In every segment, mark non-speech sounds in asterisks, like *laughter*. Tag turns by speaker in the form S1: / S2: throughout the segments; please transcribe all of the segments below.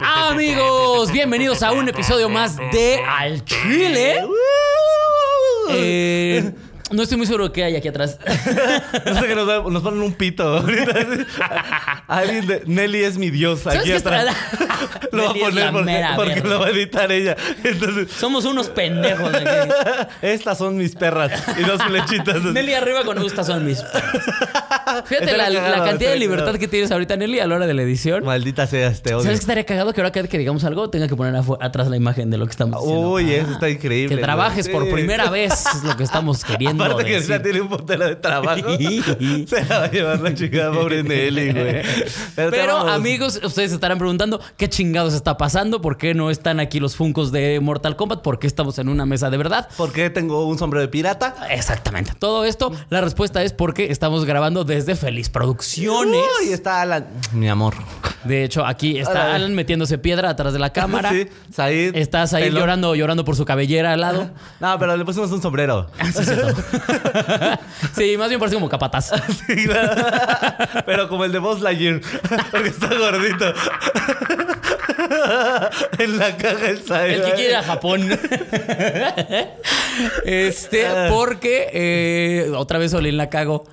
S1: Ah, amigos, bienvenidos a un episodio más de Al Chile. Eh, no estoy muy seguro de qué hay aquí atrás.
S2: No sé que nos, da- nos ponen un pito. ahorita. Alguien de- Nelly es mi dios.
S1: ¿Sabes
S2: Aquí
S1: qué
S2: atrás.
S1: estará?
S2: *laughs* Lo va a
S1: Nelly es la
S2: poner porque,
S1: mera
S2: porque
S1: verga.
S2: lo va a editar ella. Entonces,
S1: Somos unos pendejos. aquí.
S2: *laughs* estas son mis perras y dos flechitas.
S1: Nelly arriba con gusta son mis. Fíjate la,
S2: Estaría
S1: la
S2: cagado,
S1: cantidad
S2: estaría
S1: de libertad
S2: cagado.
S1: que tienes ahorita, Nelly, a la hora de la edición.
S2: Maldita sea este odio.
S1: ¿Sabes que estaría cagado que ahora cada que digamos algo tenga que poner afu- atrás la imagen de lo que estamos diciendo?
S2: Uy, eso
S1: Ah,
S2: está increíble.
S1: Que
S2: güey.
S1: trabajes por
S2: Sí.
S1: primera vez es lo que estamos queriendo
S2: *laughs* Aparte que
S1: decir.
S2: ya tiene un puntero de trabajo.
S1: *laughs*
S2: se la va a llevar la chingada, pobre
S1: *laughs*
S2: Nelly, güey. te
S1: Pero
S2: amamos.
S1: amigos, ustedes se estarán preguntando qué chingados está pasando, por qué no están aquí los funcos de Mortal Kombat, por qué estamos en una mesa de verdad.
S2: ¿Por qué tengo un sombrero de pirata?
S1: Exactamente. Todo esto, la respuesta es porque estamos grabando desde Feliz Producciones.
S2: Uy, está Alan. Mi amor.
S1: De hecho, aquí está
S2: Hola.
S1: Alan metiéndose piedra atrás de
S2: *laughs*
S1: la cámara.
S2: Sí, Said.
S1: Estás ahí
S2: Pelón.
S1: llorando, llorando por su cabellera al lado.
S2: No, pero le pusimos
S1: *laughs*
S2: un sombrero.
S1: Sí, es cierto. Sí, más bien parece como
S2: *laughs*
S1: capataz.
S2: Sí, claro. Pero como el de Buzz Lightyear, *laughs* porque está gordito. *laughs* en la caja el Said.
S1: El que quiere ir a Japón. *laughs* Este, porque eh, otra vez Olin la cago.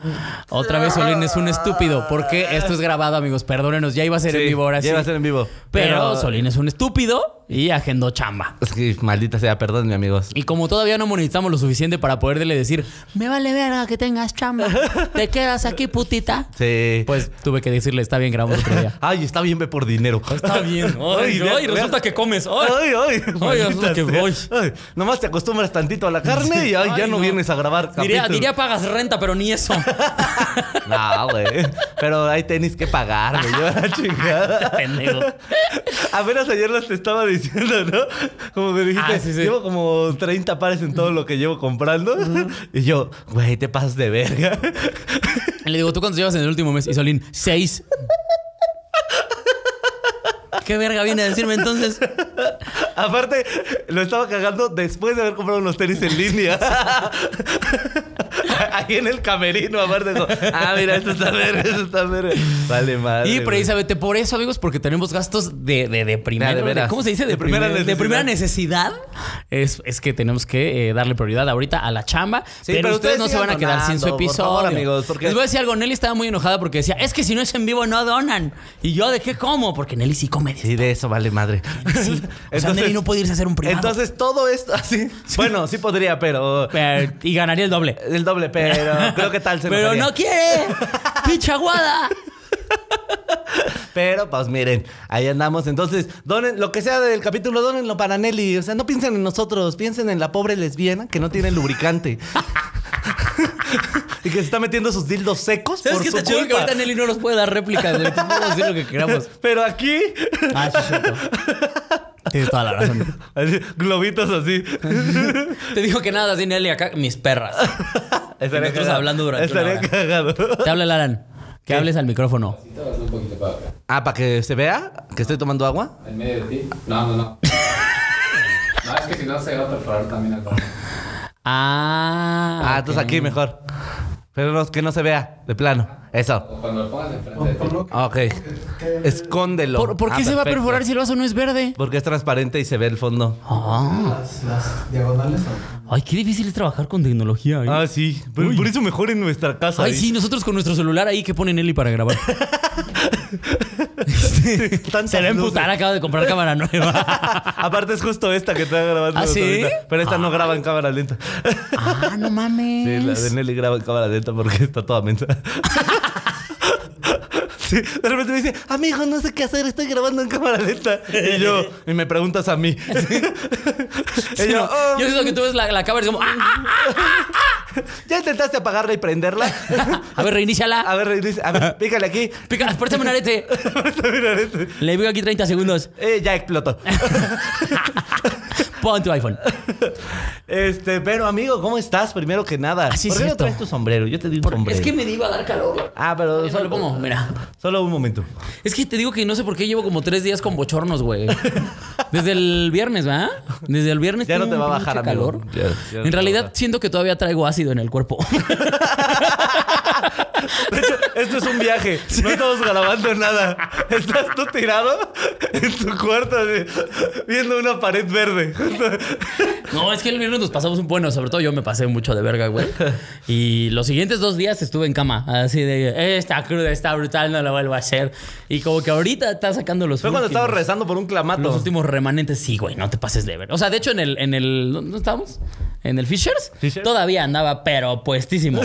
S1: Otra vez Olin es un estúpido. Porque esto es grabado, amigos. Perdónenos, ya iba a ser
S2: Sí,
S1: en vivo ahora
S2: ya
S1: sí.
S2: iba a ser en vivo.
S1: Pero Solín es un estúpido y agendó chamba.
S2: Es que maldita sea, perdónenme, amigos.
S1: Y como todavía no monetizamos lo suficiente para poderle decir, me vale verga que tengas chamba, te quedas aquí putita.
S2: Sí.
S1: Pues tuve que decirle, está bien, grabamos otro
S2: *laughs*
S1: día.
S2: Ay, está bien, ve por dinero.
S1: Está bien. Ay,
S2: vea-
S1: ay, resulta
S2: vea-
S1: que comes. Ay.
S2: Ay, ay,
S1: Ay, es lo que
S2: maldita
S1: voy.
S2: sea. Ay, nomás te acostumbras tantito a la carne y ay, ya
S1: Ay,
S2: no,
S1: no.
S2: vienes a grabar
S1: Diría,
S2: capítulo.
S1: diría pagas renta, pero ni
S2: *laughs*
S1: eso.
S2: No, güey. Pero hay tenis que pagar, güey. Yo la chingada.
S1: Pendejo.
S2: Apenas ayer las te estaba diciendo, ¿no? Como me dijiste,
S1: Ah, sí, sí.
S2: llevo como 30 pares en todo lo que llevo comprando. Y yo, güey, te pasas de verga.
S1: Y le digo, ¿tú cuántos llevas en el último mes? Y Solín, seis. ¿Qué verga viene a decirme entonces?
S2: Aparte, lo estaba cagando después de haber comprado unos tenis en línea. Ahí en el camerino, aparte. como, ah, mira, esto está verga, esto está verga. Vale, madre.
S1: Y
S2: güey.
S1: precisamente por eso, amigos, porque tenemos gastos de, de, de primera.
S2: Ah, de veras.
S1: ¿Cómo se dice? De,
S2: De primera
S1: primera, de
S2: necesidad.
S1: primera necesidad. Es, es que tenemos que eh, darle prioridad ahorita a la chamba.
S2: Sí,
S1: pero, ustedes,
S2: pero ustedes
S1: no se van a
S2: sigan
S1: quedar sin su
S2: donando, por
S1: episodio.
S2: favor, amigos, porque-
S1: Les voy a decir algo. Nelly estaba muy enojada porque decía, es que si no es en vivo no donan. Y yo, ¿de qué como? Porque Nelly sí come.
S2: Sí, de eso vale madre.
S1: Sí. O sea, Nelly no puede irse a hacer un privado.
S2: Entonces, todo esto *laughs* así. Bueno, sí podría, pero.
S1: Pero- Eh, y ganaría el doble.
S2: El doble, pero
S1: *laughs*
S2: creo que tal se
S1: Pero
S2: enojaría.
S1: no quiere.
S2: *laughs*
S1: Pichaguada.
S2: Pero pues miren, ahí andamos. Entonces, donen lo que sea del capítulo, donenlo para Nelly. O sea, no piensen en nosotros, piensen en la pobre lesbiana que no
S1: *laughs*
S2: tiene lubricante. *laughs* y que se está metiendo sus dildos secos
S1: ¿Sabes
S2: por
S1: qué
S2: su
S1: está chido? Que
S2: culpa.
S1: ahorita Nelly no nos puede dar réplicas. güey. Entonces podemos decir lo que queramos.
S2: Pero aquí, *laughs*
S1: Ah, sí, es cierto. Tienes toda la razón.
S2: así,
S1: *laughs*
S2: globitos así.
S1: Te digo que nada, así Nelly acá, mis perras.
S2: Estaría
S1: nosotros hablando durante
S2: Estaría
S1: una hora.
S2: cagado.
S1: Te habla el Alan. Que hables al micrófono.
S2: Ah, para que se vea que estoy tomando agua.
S3: ¿En medio de ti? No, no, no. No, es que si no se va a perforar también el barro.
S1: Ah.
S2: Ah,
S1: ok.
S2: entonces aquí mejor. Pero no- que no se vea, de plano. Eso.
S3: O Cuando lo pongas enfrente de ti.
S2: Ok. Escóndelo.
S1: ¿Por, por qué
S2: Ah,
S1: se va a
S2: perfecto.
S1: perforar si el vaso no es verde?
S2: Porque es transparente y se ve el fondo.
S1: Ah.
S4: Las, las diagonales son.
S1: Ay, qué difícil es trabajar con tecnología. ¿eh?
S2: Ah, sí. Por, por eso mejor en nuestra casa.
S1: Ay,
S2: ¿eh?
S1: sí, nosotros con nuestro celular ahí que pone Nelly para
S2: *laughs*
S1: grabar. Este,
S2: Tantas
S1: Se va a
S2: luces.
S1: emputar, acaba de comprar cámara
S2: *laughs*
S1: nueva.
S2: *laughs* Aparte es justo esta que está grabando.
S1: ¿Ah, sí?
S2: ahorita. Pero esta no graba en cámara
S1: *laughs*
S2: lenta.
S1: Ah, no mames.
S2: Sí, la de Nelly graba en cámara lenta porque está
S1: *laughs*
S2: toda mensa. Sí, de repente me dice, amigo, no sé qué hacer, estoy grabando en cámara lenta. Y yo, y me preguntas a mí. *laughs*
S1: Sí,
S2: Y yo,
S1: no.
S2: "Oh,
S1: Yo siento que tú ves la, la cámara y es como. ah, ah,
S2: ¿Ya intentaste apagarla y prenderla?
S1: ah. A ver, reiníciala.
S2: A ver, dice, a ver, pícale aquí. *laughs*
S1: Pica, préstame un arete.
S2: Mira, este.
S1: Le digo aquí 30
S2: *laughs*
S1: segundos.
S2: Eh, ya explotó.
S1: Pon tu iPhone.
S2: Este, pero amigo, ¿cómo estás? Primero que nada.
S1: Ah, sí,
S2: ¿Por qué
S1: cierto.
S2: no traes tu sombrero? Yo te di un sombrero.
S1: Es que me iba a dar calor.
S2: Ah, pero
S1: Yo no
S2: solo,
S1: lo pongo, mira.
S2: solo un momento.
S1: Es que te digo que no sé por qué llevo como tres días con bochornos, güey. Desde el viernes, ¿verdad? Desde el viernes.
S2: Ya no
S1: tengo
S2: te va
S1: un
S2: a bajar,
S1: pinche
S2: amigo.
S1: calor.
S2: Ya- ya no te va
S1: en
S2: a *laughs*
S1: realidad
S2: bajar.
S1: siento que todavía traigo ácido en el cuerpo.
S2: Esto esto es un viaje. No estamos grabando nada. Estás tú tirado en tu cuarto así, viendo una pared verde.
S1: *laughs*
S2: *laughs*
S1: No, es que el viernes nos pasamos un bueno, sobre todo yo me pasé mucho de verga,
S2: *laughs*
S1: güey. Y los siguientes dos días estuve en cama, así de, esta cruda, está brutal, no la vuelvo a hacer. Y como que ahorita está sacando los
S2: Fue cuando
S1: últimos-
S2: estabas rezando por un
S1: Los
S2: clamato.
S1: últimos remanentes, sí, güey, no te pases de ver. O sea, de hecho, en el. En el ¿Dónde estábamos? En el Fishers.
S2: Fishers.
S1: Todavía andaba, pero
S2: *laughs*
S1: puestísimo.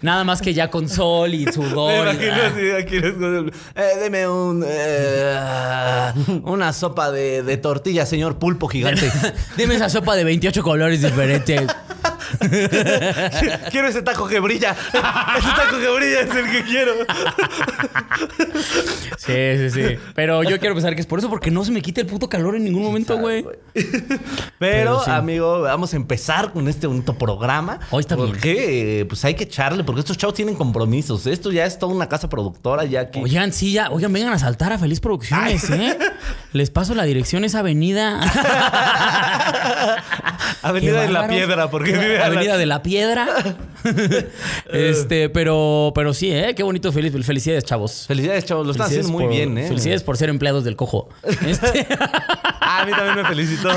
S1: Nada más que ya con sol y
S2: Me
S1: sudor. y-
S2: imagino
S1: ah.
S2: así, aquí eres con el- eh, deme un, eh, una sopa de, de tortilla, señor pulpo
S1: *laughs*
S2: gigante.
S1: ah, Dime esa sopa de 28 colores diferentes.
S2: quiero ese taco que brilla. Ese taco que brilla es el que quiero.
S1: Sí, sí, sí. *laughs* Pero yo quiero pensar que es por eso, porque no se me quita el puto calor en ningún momento, güey.
S2: Pero,
S1: Pero sí.
S2: amigo, vamos a empezar con este bonito programa.
S1: Hoy está bien.
S2: Porque eh, pues hay que echarle, porque estos chavos tienen compromisos. Esto ya es toda una casa productora, ya que.
S1: Oigan, sí, ya. Oigan, vengan a saltar a Feliz Producciones, ¿eh? Les paso la dirección, esa
S2: *laughs*
S1: avenida.
S2: Avenida
S1: Qué
S2: de la
S1: bárbaros.
S2: Piedra, porque
S1: Qué
S2: vive a la-
S1: Avenida de la
S2: *laughs*
S1: Piedra. este, pero, pero sí, ¿eh? Qué bonito. fel- Felicidades, chavos.
S2: Felicidades, chavos. Lo están
S1: Felicidades
S2: haciendo muy
S1: por-
S2: bien, ¿eh?
S1: Felicidades por ser empleados del
S2: *laughs*
S1: cojo. Este,
S2: Ah, *laughs* a mí también me felicitó.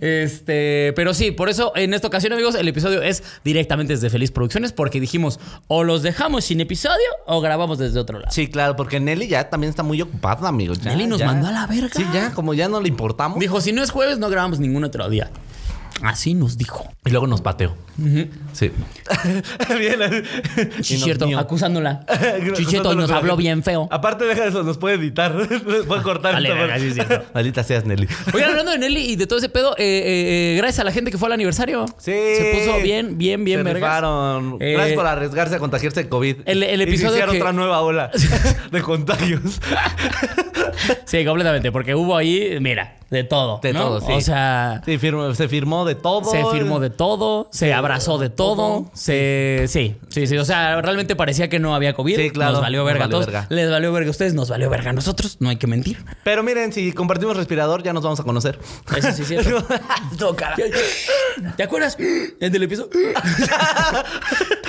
S1: este, pero sí, por eso en esta ocasión, amigos, el episodio es directamente desde Feliz Producciones porque dijimos o los dejamos sin episodio o grabamos desde otro lado.
S2: Sí, claro, porque Nelly ya también está muy ocupada, amigo. Ya,
S1: Nelly nos
S2: ya.
S1: mandó a la verga.
S2: Sí, ya, como ya no le importamos.
S1: Dijo, si no es jueves, no grabamos ningún otro día. Así nos dijo.
S2: Y luego nos pateó. Sí. *laughs* bien. así. Y
S1: Sí,
S2: nos
S1: cierto,
S2: mió. Ah.
S1: acusándola. Chicheto
S2: *laughs* Nosotros
S1: nos
S2: lo
S1: habló
S2: hacemos.
S1: bien feo.
S2: Aparte, deja eso, nos puede editar. *laughs* Nos puede cortar.
S1: Vale,
S2: esta
S1: verga,
S2: parte.
S1: sí es cierto.
S2: *laughs* Maldita seas, Nelly.
S1: Oigan, hablando de Nelly y de todo ese pedo, eh, eh, eh, gracias a la gente que fue al aniversario. Se puso bien, bien, *laughs* bien,
S2: Se
S1: vergas.
S2: rifaron.
S1: Eh,
S2: Gracias por arriesgarse a contagiarse de COVID.
S1: el- el episodio
S2: Iniciar
S1: que-
S2: otra nueva ola
S1: *laughs*
S2: *laughs* de contagios. *laughs*
S1: Sí, completamente, porque hubo ahí, mira, de todo.
S2: De
S1: ¿no?
S2: todo, sí.
S1: O sea,
S2: Sí, firmó- se firmó de todo.
S1: se firmó de todo, se abrazó de todo,
S2: todo.
S1: se. Sí, sí, sí. O sea, realmente parecía que no había COVID.
S2: Sí, claro,
S1: Nos valió
S2: nos
S1: verga a
S2: valió
S1: todos.
S2: verga.
S1: Les valió verga a ustedes, nos valió verga a nosotros, no hay que mentir.
S2: Pero miren, si compartimos respirador, ya nos vamos a conocer.
S1: Eso sí es
S2: *laughs*
S1: cierto. No, cara. ¿Te acuerdas? En el
S2: *laughs*
S1: episodio.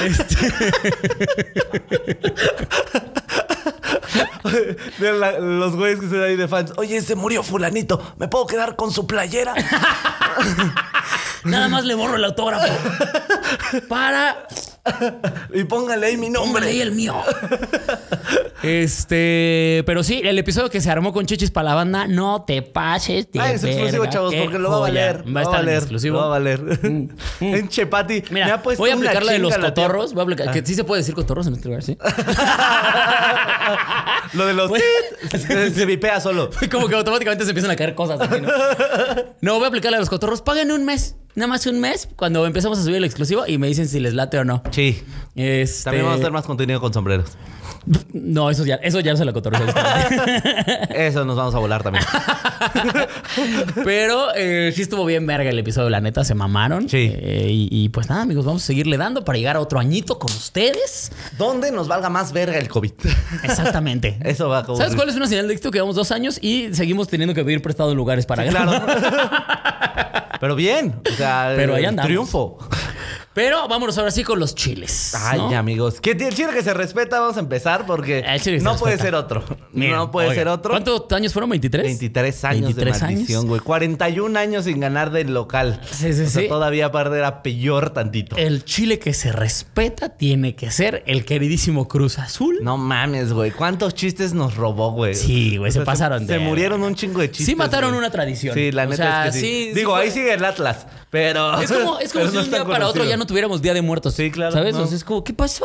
S1: Este,
S2: *laughs* Vean la- los güeyes que están ahí de fans. Oye, se murió fulanito. ¿Me puedo quedar con
S1: *laughs*
S2: su playera?
S1: Nada más le borro el autógrafo. Para
S2: y póngale ahí mi
S1: Hombre,
S2: nombre.
S1: el mío. Este, pero sí, el episodio que se armó con chichis para la banda, no te pases. de
S2: Ah, es exclusivo,
S1: verga,
S2: chavos,
S1: qué
S2: porque lo va a
S1: joya.
S2: valer.
S1: Va a estar en
S2: valer,
S1: exclusivo. Mm,
S2: Lo va a valer. En Chepati. me
S1: Mira,
S2: ha puesto
S1: voy a
S2: una
S1: aplicar la de los
S2: chinga Ah. tía.
S1: cotorros. Voy a aplicar, que sí se puede decir cotorros en este lugar, sí.
S2: *laughs* Lo de los.
S1: Voy-
S2: tit, *laughs* se, se vipea solo.
S1: *laughs* Como que automáticamente se empiezan a caer cosas. aquí, ¿no? no, voy a aplicar la de los cotorros. Paguen un mes, nada más un mes, cuando empezamos a subir el exclusivo y me dicen si les late o no.
S2: Sí.
S1: Este,
S2: También vamos a hacer más contenido con sombreros.
S1: No, eso ya, eso ya no se la cotorros.
S2: *laughs* Eso nos vamos a
S1: *laughs*
S2: volar también.
S1: Pero eh, sí estuvo bien verga el episodio, la neta, se mamaron.
S2: Sí.
S1: Eh, y, y pues nada, amigos, vamos a seguirle dando para llegar a otro añito con ustedes.
S2: ¿Dónde nos valga más verga el COVID?
S1: Exactamente.
S2: *laughs* Eso va como.
S1: ¿Sabes cuál es una señal de éxito? Que llevamos dos años y seguimos teniendo que pedir prestado lugares para grabar.
S2: Claro.
S1: *laughs*
S2: Pero bien. O sea,
S1: Pero ahí
S2: el
S1: andamos.
S2: triunfo.
S1: Pero vámonos ahora sí con los chiles.
S2: Ay,
S1: ¿no?
S2: amigos. Que el chile que se respeta, vamos a empezar porque
S1: El chile que se
S2: no puede
S1: respeta.
S2: ser otro.
S1: Miren,
S2: no puede
S1: oigan,
S2: ser otro.
S1: ¿Cuántos años fueron? ¿23?
S2: 23 años
S1: 23
S2: de
S1: años.
S2: maldición, güey. 41 años sin ganar del local.
S1: Sí, sí,
S2: O sea,
S1: sí. Eh.
S2: todavía aparte era peor tantito.
S1: El chile que se respeta tiene que ser el queridísimo Cruz Azul.
S2: No mames, güey. ¿Cuántos chistes nos robó, güey?
S1: Sí, güey, se pasaron
S2: Se,
S1: de-
S2: murieron un chingo de chistes.
S1: Sí mataron
S2: güey.
S1: una tradición.
S2: Sí, la
S1: O
S2: neta
S1: sea,
S2: es que sí.
S1: sí, sí
S2: Digo, ahí
S1: fue-
S2: sigue el Atlas, pero...
S1: Es como,
S2: *laughs*
S1: es como
S2: pero
S1: si
S2: no
S1: un día
S2: están
S1: para otro
S2: conocidos.
S1: ya no tuviéramos Día de Muertos.
S2: Sí, claro,
S1: ¿Sabes?
S2: no.
S1: Entonces es como, ¿qué pasó?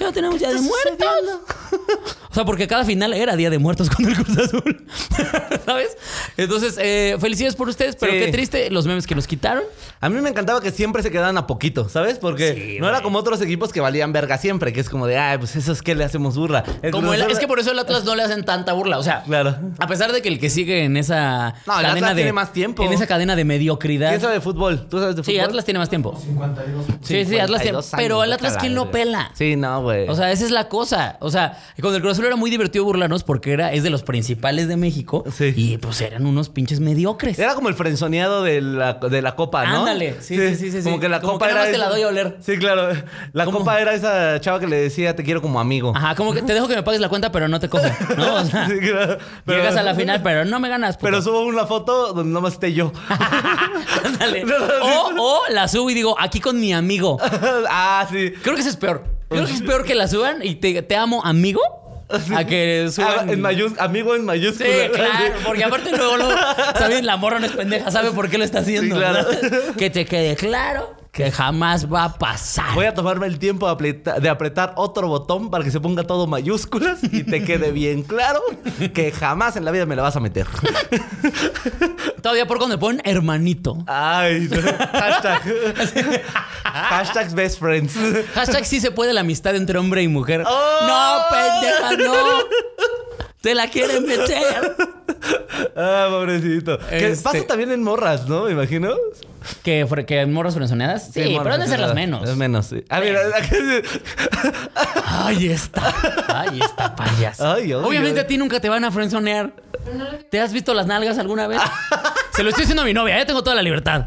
S1: Ya no tenemos Día de
S2: está
S1: Muertos. *laughs* O sea, porque cada final era Día de Muertos con el Cruz Azul. *laughs* ¿Sabes? Entonces, eh, felicidades por ustedes, pero
S2: Sí.
S1: qué triste los memes que nos quitaron.
S2: A mí me encantaba que siempre se quedaban a poquito, ¿sabes? Porque
S1: Sí,
S2: no era
S1: güey.
S2: como otros equipos que valían verga siempre, que es como de, ay, pues eso es que le hacemos burla. El
S1: Como
S2: Cruz
S1: el-
S2: Azul-
S1: es que por eso el Atlas no le hacen tanta burla. O sea,
S2: Claro.
S1: a pesar de que el que sigue en esa
S2: No, el
S1: cadena
S2: Atlas
S1: de.
S2: tiene más tiempo.
S1: En esa cadena de mediocridad.
S2: ¿Quién sabe de fútbol? ¿Tú sabes de fútbol?
S1: Sí, Atlas tiene más tiempo.
S4: 52.
S1: Sí, sí, Atlas tiene.
S2: 52 años,
S1: Pero el Atlas,
S2: vete a la
S1: ¿quién lo
S2: verga.
S1: pela?
S2: Sí, no, güey.
S1: O sea, esa es la cosa. O sea, con el Cruz Azul era muy divertido burlarnos porque era, es de los principales de México.
S2: Sí.
S1: Y pues eran unos pinches mediocres.
S2: Era como el frenzoneado de la, de la copa, ¿no?
S1: Ándale, sí, sí, sí, sí,
S2: Como
S1: sí.
S2: que la
S1: Como
S2: copa
S1: que nada
S2: era.
S1: más te la
S2: esa-
S1: doy a oler.
S2: Sí, claro. La copa era esa chava que le decía, te quiero como amigo.
S1: Ajá, como que te dejo que me pagues la cuenta, pero no te cojo. ¿no? Ah, O sea,
S2: *laughs* Sí, claro. Pero-
S1: llegas a
S2: *laughs*
S1: la final, pero no me ganas. puto.
S2: Pero subo una foto donde nomás
S1: *laughs*
S2: esté yo. *laughs*
S1: Ándale.
S2: No, no, sí.
S1: o, o la subo y digo, aquí con mi amigo.
S2: ah, sí.
S1: Creo que eso es peor. Creo que es peor que la suban y te, te amo, amigo. A que
S2: *laughs* Ah,
S1: suban.
S2: en mayús- amigo en
S1: Sí,
S2: mayúscula.
S1: claro, porque aparte luego, luego, ¿sabes? La morra no es pendeja, sabe por qué lo está haciendo.
S2: Sí, claro.
S1: ¿no? Que te quede claro que jamás va a pasar.
S2: Voy a tomarme el tiempo de apleta- de apretar otro botón para que se ponga todo mayúsculas y te quede bien claro que jamás en la vida me la vas a meter.
S1: Todavía por cuando ponen hermanito.
S2: Ay,
S1: *laughs*
S2: hashtag. Hashtags best friends.
S1: Hashtag sí se puede la amistad entre hombre y mujer.
S2: ¡Oh!
S1: No, pendeja, no. Te la quieren meter.
S2: Ah, pobrecito. Que
S1: Este-
S2: pasa también en morras, ¿no? Me imagino.
S1: ¿Que, fre- que morras frenzoneadas? Sí,
S2: morras,
S1: pero han de ser las
S2: es
S1: menos.
S2: Las menos, sí. Ah, mira.
S1: Ahí está. Ahí está, payaso.
S2: Ay, ay,
S1: Obviamente
S2: ay.
S1: a ti nunca te van a frenzonear. ¿Te has visto las nalgas alguna vez? Se lo estoy diciendo a mi novia, ya tengo toda la libertad.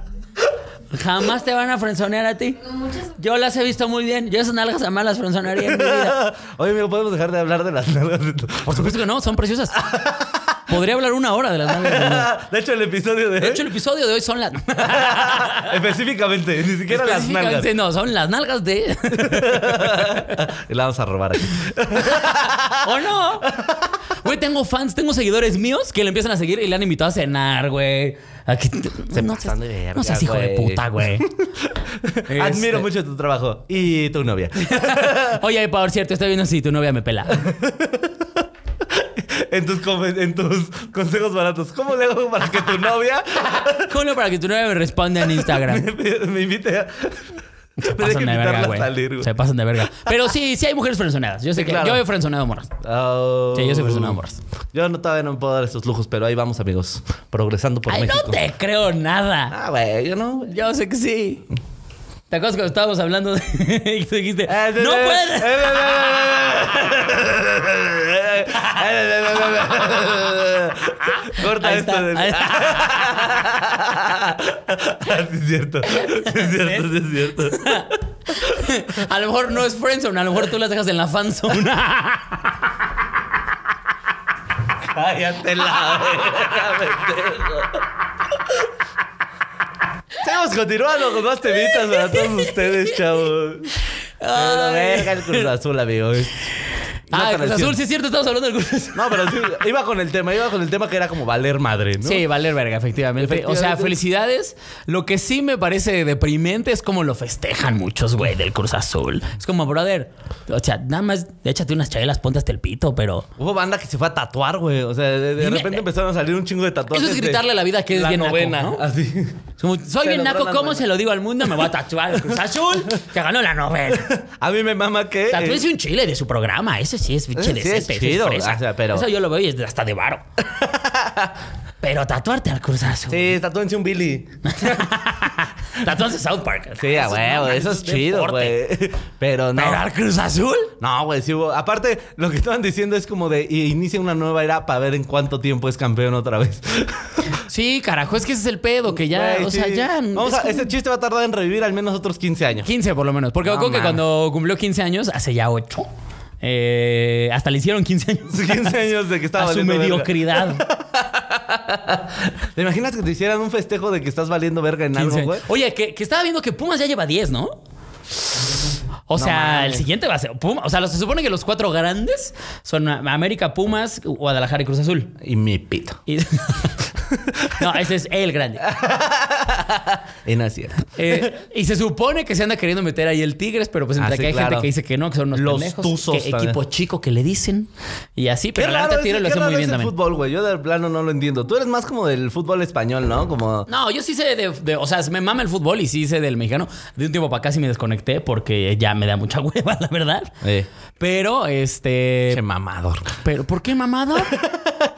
S1: Jamás te van a frenzonear a ti.
S5: Muchas
S1: Yo las he visto muy bien. Yo esas nalgas jamás las frenzonearía en mi vida.
S2: Oye, amigo, ¿podemos dejar de hablar de las nalgas?
S1: Por supuesto que no, son preciosas. Podría hablar una hora de las nalgas. de mi novia.
S2: De hecho, el episodio de...
S1: De hecho, el episodio de hoy son las...
S2: *laughs* Específicamente, ni siquiera las nalgas.
S1: Específicamente, no, son las nalgas de...
S2: Y La vamos a robar aquí.
S1: ¿O no? Güey, tengo fans, tengo seguidores míos que le empiezan a seguir y le han invitado a cenar, güey. Aquí se no, seas,
S2: pasan de verga,
S1: no seas hijo de
S2: güey.
S1: puta, güey. Este,
S2: Admiro mucho tu trabajo y tu
S1: *laughs*
S2: novia.
S1: Oye, por cierto, estoy viendo si tu novia me pela.
S2: En tus, come- en tus consejos baratos. ¿Cómo le hago para que
S1: *laughs*
S2: tu novia
S1: Coño, para que tu novia me responda en
S2: *laughs*
S1: Instagram.
S2: me, me invite a... *laughs*
S1: Se
S2: Tenía que
S1: pasan de verga,
S2: invitarla a
S1: güey.
S2: salir, güey.
S1: Se pasan de verga. Pero sí, sí hay mujeres frenzoneadas. Yo sé
S2: Sí,
S1: que
S2: claro.
S1: yo he frenzonado morras.
S2: Oh.
S1: Sí, yo soy persona de amores.
S2: Yo no, todavía no me puedo dar esos lujos, pero ahí vamos, amigos. Progresando por
S1: Ay,
S2: México.
S1: no te creo nada.
S2: Ah, güey, yo no... güey.
S1: Yo sé que sí. ¿Te acuerdas cuando estábamos hablando de... *laughs* y tú dijiste,
S2: Eh, eh,
S1: no
S2: eh,
S1: puedes...
S2: eh, eh, eh, eh, eh, eh, eh, Corta
S1: Ahí
S2: esto.
S1: está,
S2: del-
S1: ahí
S2: Ah, sí es cierto. Sí es cierto, sí es cierto. Eh.
S1: A lo mejor no es friendzone, a lo mejor tú las dejas en la
S2: *laughs*
S1: fanzone.
S2: Cállate la verga, pendejo. Seguimos continuando con más temitas para todos ustedes, chavos. Pero verga el Cruz Azul, amigo. Es una
S1: Ah, Cruz
S2: canción.
S1: Azul, sí es cierto, estamos hablando del Cruz Azul.
S2: No, pero sí, iba con el tema, iba con el tema que era como valer madre, ¿no?
S1: Sí, valer verga, efectivamente. O sea,
S2: Efectivamente.
S1: felicidades. Lo que sí me parece deprimente es como lo festejan muchos, güey, del Cruz Azul. Es como, brother, o sea, nada más échate unas chabelas, ponte hasta el pito, pero...
S2: Hubo banda que se fue a tatuar, güey. O sea, de, de
S1: Dime-
S2: repente empezaron a salir un chingo de tatuajes.
S1: Eso es
S2: de
S1: gritarle a la vida que es
S2: la
S1: bien naco,
S2: novena,
S1: ¿no?
S2: Así. *laughs*
S1: Es como, Soy
S2: Se
S1: bien
S2: logró
S1: naco,
S2: la
S1: ¿cómo
S2: novela.
S1: se lo digo al mundo? Me voy a tatuar el Cruz Azul, que ganó la
S2: *laughs*
S1: novela.
S2: A mí me mama que.
S1: Tatúese
S2: eh,
S1: un chile de su programa, ese sí es chile
S2: sí es chido, o sea, pero-
S1: Eso yo lo veo y es hasta de
S2: *laughs*
S1: varo. pero tatuarte al Cruz Azul.
S2: Sí, tatúense un Billy.
S1: Tatuarse South Park.
S2: Sí,
S1: *laughs*
S2: a
S1: no
S2: huevo,
S1: mames,
S2: eso es
S1: deporte.
S2: chido, güey. *laughs* Pero no.
S1: ¿Pero al Cruz Azul?
S2: No, güey, sí hubo. Aparte, lo que estaban diciendo es como de "Y inicia una nueva era para ver en cuánto tiempo es campeón otra vez.
S1: Sí, carajo, es que ese es el pedo, que *laughs* ya,
S2: Güey,
S1: o sea,
S2: sí.
S1: ya. es
S2: Vamos a-
S1: como
S2: Ese chiste va a tardar en revivir al menos otros
S1: *laughs*
S2: 15 años. *laughs*
S1: 15 por lo menos, porque
S2: No
S1: me acuerdo que
S2: mames.
S1: cuando cumplió 15 años, hace ya 8, hasta le hicieron 15 años.
S2: 15
S1: *laughs*
S2: años de que estaba
S1: A su
S2: valiendo verga. *laughs*
S1: mediocridad.
S2: ¿Te imaginas que te hicieran un festejo de que estás valiendo verga en
S1: 15
S2: algo,
S1: años.
S2: güey?
S1: Oye, que, que estaba viendo que Pumas ya lleva 10, ¿no? O
S2: No
S1: sea,
S2: mames.
S1: el siguiente va a ser Pumas. O sea, los- se supone que los cuatro grandes son América, Pumas, Guadalajara y Cruz Azul.
S2: Y mi pito.
S1: Y- *laughs* no, ese es el grande.
S2: Y no es cierto.
S1: Eh, y se supone que se anda queriendo meter ahí el Tigres, pero pues entre
S2: Ah, sí,
S1: que hay
S2: claro.
S1: gente que dice que no, que son unos
S2: Los
S1: pendejos,
S2: tuzos
S1: que
S2: también.
S1: equipo chico que le dicen y así,
S2: Qué
S1: pero la neta
S2: raro,
S1: Tigres
S2: es,
S1: lo
S2: qué
S1: hace
S2: raro
S1: muy bien
S2: es el
S1: también.
S2: fútbol, güey. Yo del plano no lo entiendo. Tú eres más como del fútbol español, ¿no? Como...
S1: No, yo sí sé de, de- O sea, me mama el fútbol y sí sé del mexicano. De un tiempo para acá sí me desconecté porque ya me da mucha *laughs* hueva, la verdad.
S2: Eh,
S1: Pero, este.
S2: che mamador.
S1: ¿Pero por qué,
S2: *laughs*
S1: mamado?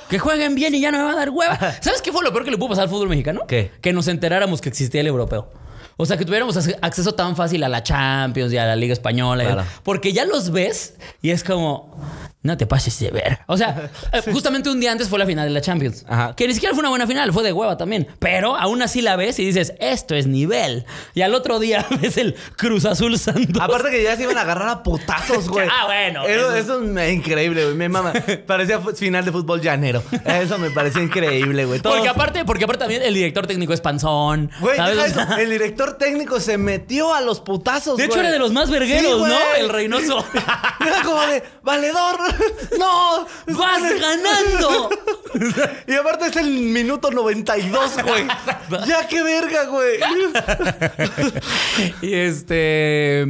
S1: que jueguen bien y ya no me va a dar hueva. ¿Sabes qué fue lo peor que le pudo pasar al fútbol mexicano?
S2: ¿Qué?
S1: Que nos enteráramos que existía el europeo. O sea, que tuviéramos ac- acceso tan fácil a la Champions y a la Liga Española. y-
S2: Claro.
S1: Porque ya los ves y es como, no te pases de ver. O sea,
S2: *laughs*
S1: eh, justamente un día antes fue la final de la Champions.
S2: Ajá.
S1: Que ni siquiera fue una buena final, fue de hueva también. Pero aún así la ves y dices, esto es nivel. Y al otro día *laughs* ves el Cruz Azul Santos.
S2: Aparte que ya se iban a agarrar
S1: *laughs*
S2: a putazos, güey.
S1: Ah, bueno.
S2: Eso, eso es increíble, güey. Me mama. Parecía fu- final de fútbol llanero. Eso me parecía increíble, güey. Todos-
S1: Porque aparte, porque aparte también el director técnico es panzón.
S2: *laughs* Güey,
S1: ¿sabes?
S2: deja
S1: O sea, *laughs*
S2: eso. el director técnico se metió a los putazos,
S1: de hecho,
S2: güey.
S1: era de los más
S2: Sí,
S1: vergueros,
S2: güey.
S1: ¿no? El *laughs* Reynoso.
S2: *laughs* Era como de, valedor, *laughs* no.
S1: *laughs* ¡Vas ganando!
S2: Y aparte es el minuto 92,
S1: *laughs*
S2: güey. ya, qué verga, güey.
S1: *laughs* Y este.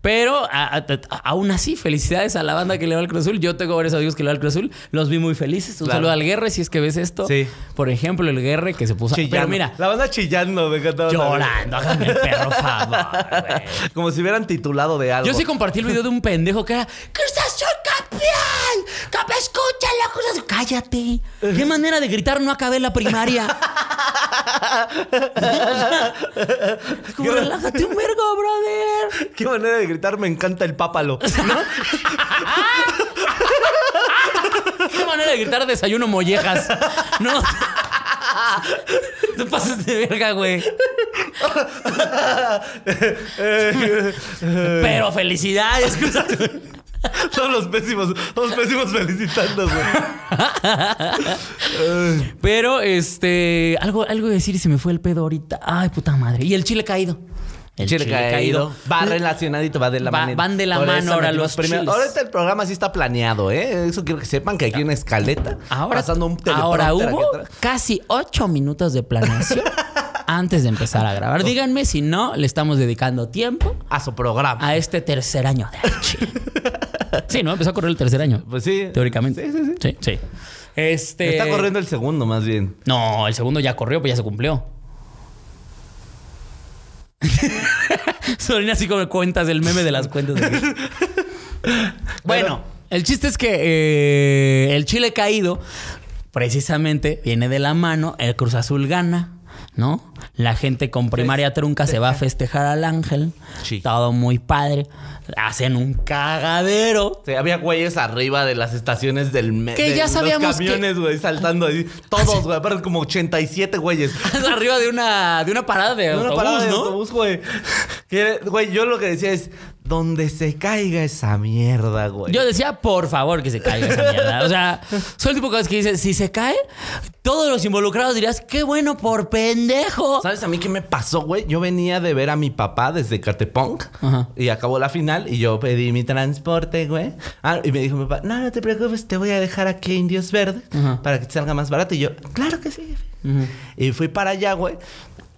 S1: Pero a- a- a- aún así, felicidades a la banda que le va al Cruz Azul. Yo tengo varios amigos que le va al Cruz Azul. Los vi muy felices. Un
S2: Claro.
S1: saludo al Guerre si es que ves esto.
S2: Sí.
S1: Por ejemplo, el Guerre que se puso. Pero
S2: Chillando.
S1: mira,
S2: La banda chillando, me encantaba.
S1: llorando. Hágame el perro favor, güey.
S2: Como si hubieran titulado de algo.
S1: Yo sí compartí el video de un pendejo que era Cruz Azul campeón. Cap- Escúchalo, Cruz Azul. Cállate. Qué manera de gritar, no acabé la primaria. Es como, relájate un vergo, brother.
S2: Qué manera de gritar, me encanta el
S1: *laughs*
S2: pápalo.
S1: Qué manera de gritar desayuno mollejas. No. Tú pases de verga, güey. Pero felicidades, Cruz Azul.
S2: Son los pésimos, los pésimos
S1: *laughs*
S2: felicitando, güey.
S1: Pero, este, algo, algo decir y se me fue el pedo ahorita. Ay, puta madre. Y el chile caído. El
S2: Chile caído. Va relacionadito, va de la
S1: Va-
S2: mano.
S1: van de la mano
S2: eso
S1: ahora
S2: metimos
S1: los
S2: primero.
S1: chiles.
S2: Ahorita el programa sí está planeado, ¿eh? Eso quiero que sepan que aquí hay una escaleta.
S1: Ahora,
S2: pasando un teleprompter
S1: ahora
S2: aquí
S1: hubo
S2: atrás.
S1: casi ocho minutos de planeación
S2: *laughs*
S1: antes de empezar a grabar. Díganme si no le estamos dedicando tiempo
S2: A su programa.
S1: a este tercer año de
S2: *laughs*
S1: Chile. Sí, ¿no? Empezó a correr el tercer año.
S2: Pues sí.
S1: Teóricamente.
S2: Sí, sí, sí.
S1: sí. Este.
S2: Está corriendo el segundo, más bien.
S1: No, el segundo ya corrió, pues ya se cumplió. *laughs* Solina así como cuentas del meme de las cuentas.
S2: *laughs*
S1: de- bueno, el chiste es que eh, el Chile caído precisamente viene de la mano, el Cruz Azul gana. ¿No? La gente con primaria trunca se va a festejar al ángel.
S2: Sí.
S1: Todo muy padre. Hacen un cagadero. *laughs*
S2: Sí, había güeyes arriba de las estaciones del metro.
S1: Que ya sabíamos
S2: Los camiones, güey, saltando ahí. Todos, güey. Aparte, como 87 güeyes.
S1: Arriba de una, de una parada de
S2: En una
S1: autobús,
S2: parada de
S1: ¿no?
S2: autobús, güey. Que, Güey, yo lo que decía es: donde se caiga esa mierda, güey.
S1: Yo decía, por favor, que se caiga esa mierda. O sea, soy el tipo de cosas que dice, si se cae, todos los involucrados dirías, qué bueno por pendejo.
S2: ¿Sabes a mí qué me pasó, güey? Yo venía de ver a mi papá desde Catepong
S1: Ajá.
S2: y acabó la final y yo pedí mi transporte, güey. Ah, y me dijo mi papá, no, no te preocupes, te voy a dejar aquí a Indios Verdes para que te salga más barato. Y yo, claro que sí. jefe". Y fui para allá, güey.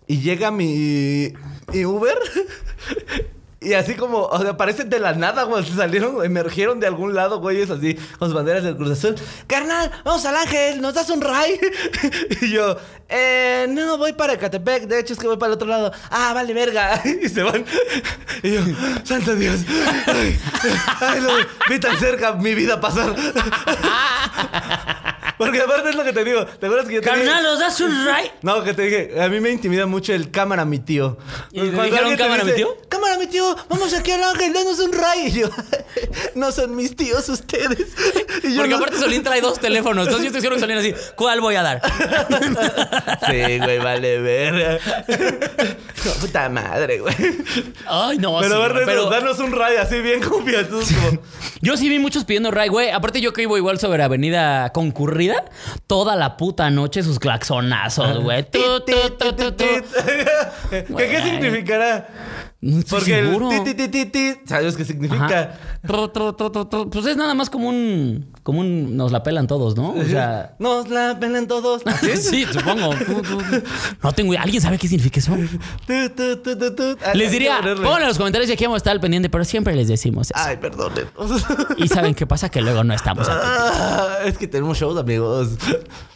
S2: Y llega mi, mi Uber. *laughs* Y así como, o sea, parecen de la nada, güey. Se salieron, emergieron de algún lado, güey. Es así, con sus banderas del Cruz Azul. Carnal, vamos al Ángel, nos das un ray. *laughs* y yo, eh, no, voy para Ecatepec. De hecho, es que voy para el otro lado. Ah, vale, verga. *laughs* y se van. Y yo, santo Dios. *laughs* Ay, ay, lo vi tan cerca mi vida pasar. *laughs* Porque aparte es lo que te digo. ¿Te acuerdas que yo te dije-
S1: Carnal, ¿nos das un ride?
S2: no, que te dije, a mí me intimida mucho el cámara mi tío.
S1: ¿Y te
S2: Cuando
S1: dijeron
S2: alguien te
S1: cámara, mi
S2: dice,
S1: tío?
S2: Cámara mi tío, vamos aquí al ángel, danos un ray. Y yo, *laughs* no son mis tíos ustedes. *laughs* Y yo
S1: Porque
S2: no-
S1: aparte Solín trae dos teléfonos. Entonces yo estoy seguro que Solín así, ¿cuál voy a dar?
S2: *laughs* Sí, güey, vale verga. *laughs* No, puta madre, güey.
S1: *laughs* Ay, no, sí,
S2: Pero, aparte de
S1: pero-
S2: eso, danos un ray así bien *laughs* confianzosos como...
S1: Yo sí vi muchos pidiendo ride, güey. Aparte, yo que vivo igual sobre avenida concurrida, toda la puta noche sus claxonazos, güey. Tu, tu, tu, tu, tu.
S2: *laughs* ¿Qué, ¿Qué
S1: Güey.
S2: significará?
S1: No estoy
S2: Porque el
S1: seguro.
S2: ti, ti, ti, ti, ti, ¿sabes qué significa?
S1: Ajá. Tru, tru, tru, tru, tru. Pues es nada más como un. Como un. Nos la pelan todos, ¿no? O sea.
S2: Nos la pelan todos.
S1: *laughs*
S2: ¿Así?
S1: Sí, supongo. Tú, tú, tú. No tengo idea. ¿Alguien sabe qué significa eso?
S2: Tu, tu, tu, tu, tu. Ah, hay
S1: Les
S2: que
S1: diría,
S2: ponerle.
S1: pónganlo en los comentarios y aquí vamos a estar al pendiente, pero siempre les decimos eso.
S2: Ay, perdonen.
S1: Y saben qué pasa, que luego no estamos aquí.
S2: Ah, *laughs* es que tenemos shows, amigos.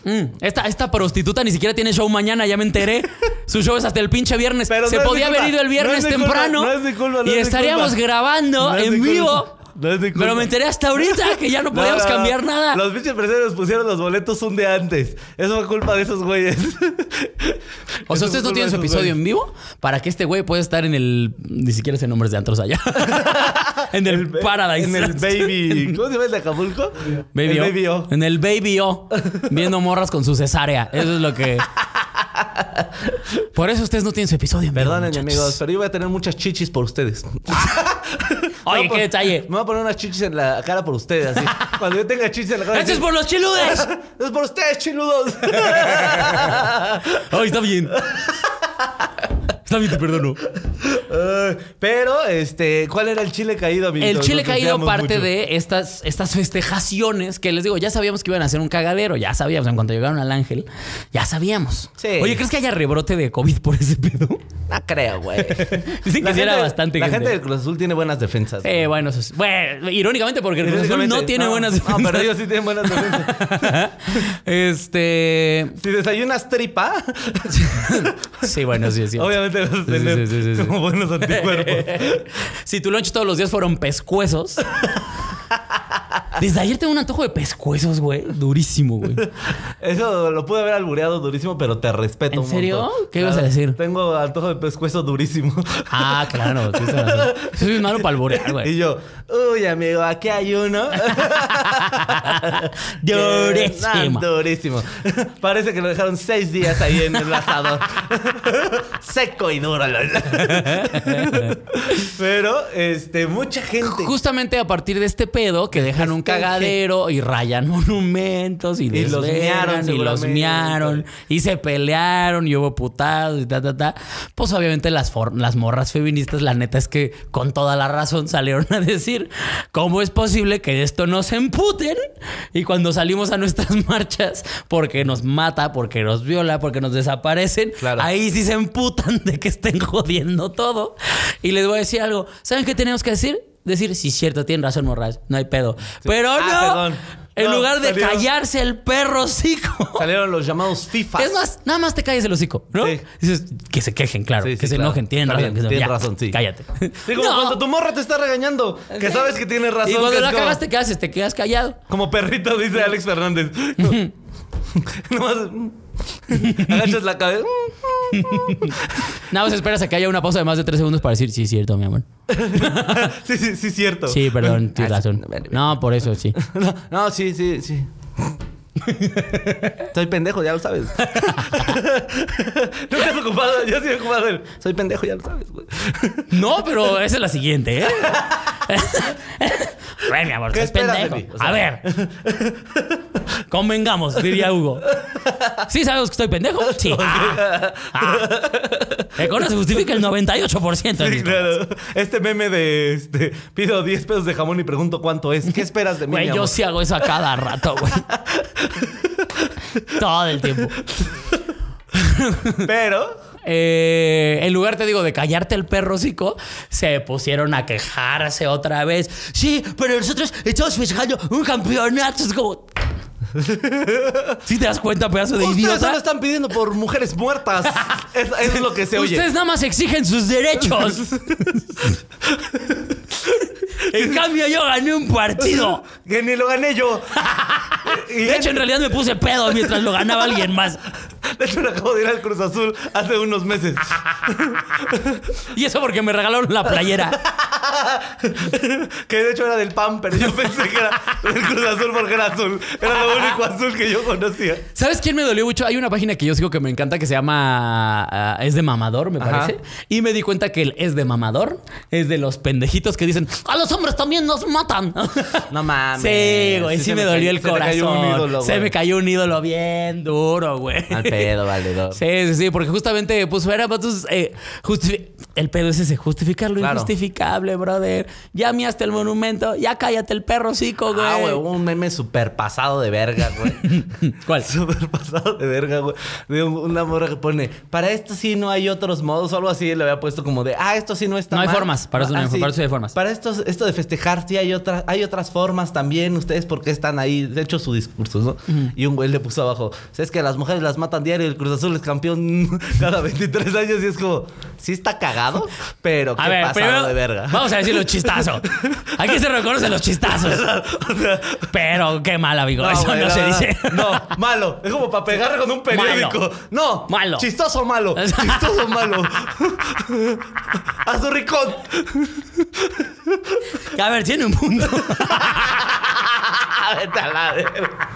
S1: Mm, Esta, esta prostituta ni siquiera tiene show mañana, ya me enteré. Su show es hasta el pinche viernes.
S2: Pero
S1: Se
S2: no es mi
S1: podía haber
S2: culpa.
S1: ido el viernes
S2: No es mi culpa,
S1: temprano.
S2: no es mi culpa, no
S1: y
S2: es mi
S1: estaríamos
S2: culpa.
S1: grabando
S2: No es
S1: en
S2: mi
S1: vivo.
S2: culpa. No es mi culpa.
S1: Pero me enteré hasta ahorita que ya no podíamos
S2: No, no, no.
S1: cambiar nada.
S2: Los pinches empresarios pusieron los boletos un día antes. Eso fue culpa de esos güeyes.
S1: O sea,
S2: Eso
S1: ustedes
S2: fue
S1: no tienen su
S2: culpa de esos
S1: episodio en
S2: güeyes.
S1: vivo para que este güey pueda estar en el. Ni siquiera sé nombres de antros
S2: *laughs*
S1: allá. en el, Paradise.
S2: En el
S1: *laughs*
S2: Baby. ¿Cómo se llama el de Acapulco?
S1: Baby
S2: el
S1: O.
S2: Baby O.
S1: En el Baby O. Viendo morras con su cesárea. Eso es lo que. Por eso ustedes no tienen su episodio. en vivo,
S2: Perdonen,
S1: muchachos.
S2: amigos, pero yo voy a tener muchas chichis por ustedes. Me voy
S1: Oye,
S2: a pon-
S1: qué detalle.
S2: Me voy a poner unas chichis en la cara por
S1: *laughs*
S2: ustedes. Así. Cuando yo tenga chichis en la cara.
S1: ¡Esto es
S2: así, *laughs*
S1: por los chiludes!
S2: "Es por ustedes, chiludos.
S1: Ay, está
S2: *laughs*
S1: bien. Está bien, te perdono.
S2: Ay, pero, este, ¿cuál era el chile caído, amiguito?
S1: El chile
S2: Nos
S1: caído
S2: desviamos
S1: parte
S2: mucho.
S1: de estas, estas festejaciones que les digo, ya sabíamos que iban a hacer un cagadero, ya sabíamos. En cuanto llegaron al ángel, ya sabíamos.
S2: Sí.
S1: Oye, ¿crees que haya rebrote de COVID por ese pedo? *laughs*
S2: No creo, *laughs* güey.
S1: Dicen que sí era bastante
S2: La
S1: gente.
S2: gente del Cruz Azul tiene buenas defensas.
S1: Eh, bueno, eso es- bueno, irónicamente, porque el Cruz Azul no
S2: Irónicamente,
S1: tiene buenas defensas.
S2: No, pero ellos sí tienen buenas defensas.
S1: *laughs* Este.
S2: si desayunas tripa,
S1: Sí, bueno, sí, sí.
S2: obviamente vas a tener
S1: sí, sí, sí, sí.
S2: como buenos anticuerpos.
S1: *laughs* si tu lunch todos los días fueron
S2: *laughs*
S1: pescuezos. Desde ayer tengo un antojo de pescuezos, güey. Durísimo, güey.
S2: Eso lo pude haber albureado durísimo, pero te respeto
S1: ¿En
S2: un
S1: serio?
S2: montón.
S1: ¿Qué ibas a decir?
S2: Tengo antojo de
S1: *laughs*
S2: pescuezo durísimo.
S1: Ah, claro. Sí, se me hace. Soy bien malo para alborear,
S2: Y *laughs*
S1: güey.
S2: yo, uy, amigo, aquí
S1: *laughs*
S2: hay uno.
S1: Durísimo.
S2: Ah, durísimo. *laughs* Parece que lo dejaron seis días ahí en el asador. *laughs* Seco y duro. *laughs* Pero, este, mucha gente.
S1: Justamente a partir de este pedo que dejan un cagadero y rayan *laughs* monumentos y,
S2: los
S1: desvelan,
S2: miaron
S1: y los
S2: seguramente.
S1: miaron y se pelearon y hubo putados y ta ta ta. Pues obviamente las for- las morras feministas la neta es que con toda la razón salieron a decir, ¿cómo es posible que de esto nos emputen? Y cuando salimos a nuestras *laughs* marchas porque nos mata, porque nos viola, porque nos desaparecen,
S2: Claro.
S1: ahí y si se emputan de que estén jodiendo todo. Y les voy a decir algo. ¿Saben qué tenemos que decir? Decir, sí, cierto, tienen razón, morras. No hay pedo. Pero
S2: Ah,
S1: no.
S2: perdón.
S1: En
S2: No,
S1: lugar de
S2: salió-
S1: callarse el perro *laughs* hocico.
S2: Salieron los llamados FIFA.
S1: Es más, nada más te calles el hocico, ¿no?
S2: Sí.
S1: Dices, que se quejen, claro.
S2: Sí, sí,
S1: que se
S2: claro.
S1: enojen, tienen
S2: Está
S1: razón.
S2: bien,
S1: que se-
S2: tienen
S1: ya,
S2: razón, sí.
S1: Cállate.
S2: Sí, como
S1: No.
S2: cuando tu morra te está regañando, que
S1: Sí.
S2: sabes que tienes razón.
S1: Y
S2: que
S1: cuando
S2: es
S1: la
S2: como-
S1: cagaste, ¿qué haces? Te quedas callado.
S2: Como perrito, dice Alex Fernández.
S1: *laughs*
S2: Nomás. *laughs* Agachas la cabeza. *laughs*
S1: Nada más esperas a que haya una pausa de más de tres segundos para decir, sí, cierto, mi amor.
S2: Sí, sí, sí, cierto.
S1: Sí,
S2: *laughs*
S1: perdón, tienes
S2: Ah, sí,
S1: razón. No, por eso sí.
S2: No, *laughs* no, sí, sí, sí. Soy pendejo, ya lo sabes. *laughs* Nunca has ocupado, yo sí he ocupado el. Soy pendejo, ya lo sabes, güey.
S1: No, pero esa es la siguiente,
S2: *laughs*
S1: ¿eh? Ven, mi amor,
S2: ¿Qué
S1: es
S2: esperas de
S1: pendejo.
S2: mí? O sea-
S1: A ver.
S2: *laughs*
S1: Convengamos, diría Hugo. ¿Sí sabemos que estoy pendejo?
S2: *laughs*
S1: Sí. Ah, ah. El cono se justifica el 98%. de
S2: Sí,
S1: mis-
S2: *laughs* claro. Este meme de este, pido 10 pesos de jamón y pregunto cuánto es. ¿Qué esperas de mí?
S1: Güey,
S2: mi
S1: yo
S2: amor?
S1: sí hago eso a cada rato, güey. Todo el tiempo.
S2: Pero.
S1: Eh, en lugar, te digo, de callarte el perro hocico, se pusieron a quejarse otra vez. Sí, pero nosotros estamos festejando un campeonato. Es como... ¿Sí te das cuenta, pedazo de
S2: Ustedes solo
S1: idiota?
S2: están pidiendo por
S1: *laughs*
S2: mujeres muertas. Es, es lo que se oye.
S1: Ustedes nada más exigen sus derechos. en cambio, yo gané un partido.
S2: Que ni lo gané yo.
S1: *laughs*
S2: Y
S1: De hecho, en realidad me puse pedo mientras lo ganaba alguien más.
S2: *laughs* de hecho, acabo de ir al Cruz Azul hace unos meses.
S1: Y eso porque me regalaron la playera.
S2: *laughs* Que de hecho era del PAN, pero yo pensé que era del Cruz Azul porque era azul. Era lo único azul que yo conocía.
S1: ¿Sabes quién me dolió mucho? Hay una página que yo sigo que me encanta que se llama ah, Es de Mamador, me
S2: Ajá.
S1: parece. Y me di cuenta que el Es de Mamador es de los pendejitos que dicen, a los hombres también nos matan. *laughs*
S2: No mames.
S1: Sí, güey, sí,
S2: se
S1: me
S2: cayó-
S1: dolió el
S2: se te
S1: corazón.
S2: cayó un ídolo,
S1: se
S2: güey.
S1: me cayó un ídolo bien duro, güey.
S2: Al pedo, valedor.
S1: Sí, sí, sí, porque justamente, pues fuera, pues, tus, eh, justifi- el pedo es ese, justificar lo
S2: Claro.
S1: injustificable, brother. Ya miaste el monumento, ya cállate el perro hocico, güey.
S2: Ah, güey, hubo un meme super pasado de verga, güey.
S1: *laughs* ¿Cuál?
S2: *laughs* Súper pasado de verga, güey. De un- una morra que pone, para esto sí no hay otros modos o algo así. Le había puesto como de, ah, esto sí no está
S1: No hay
S2: mal. Ah,
S1: formas, para eso no hay-
S2: sí.
S1: para eso sí hay formas.
S2: Para esto, esto de festejar sí hay, otras hay otras formas también. Ustedes por qué están ahí. De hecho, su discurso, ¿no? Y un güey le puso abajo, es que las mujeres las matan diario y el Cruz Azul es *laughs* campeón cada 23 años. Y es como, sí está cagado, pero qué pasado de verga. *laughs*
S1: Vamos a decir los chistazos. Aquí se reconocen los chistazos. Pero qué mal, amigo. Eso
S2: güey,
S1: no
S2: la
S1: se
S2: verdad.
S1: dice.
S2: No, malo. Es como para pegar con un periódico.
S1: Malo.
S2: No.
S1: Malo.
S2: Chistoso *laughs* malo. Chistoso malo. Haz un ricón.
S1: *laughs* A ver, tiene un punto.
S2: *laughs* Vete a la verga.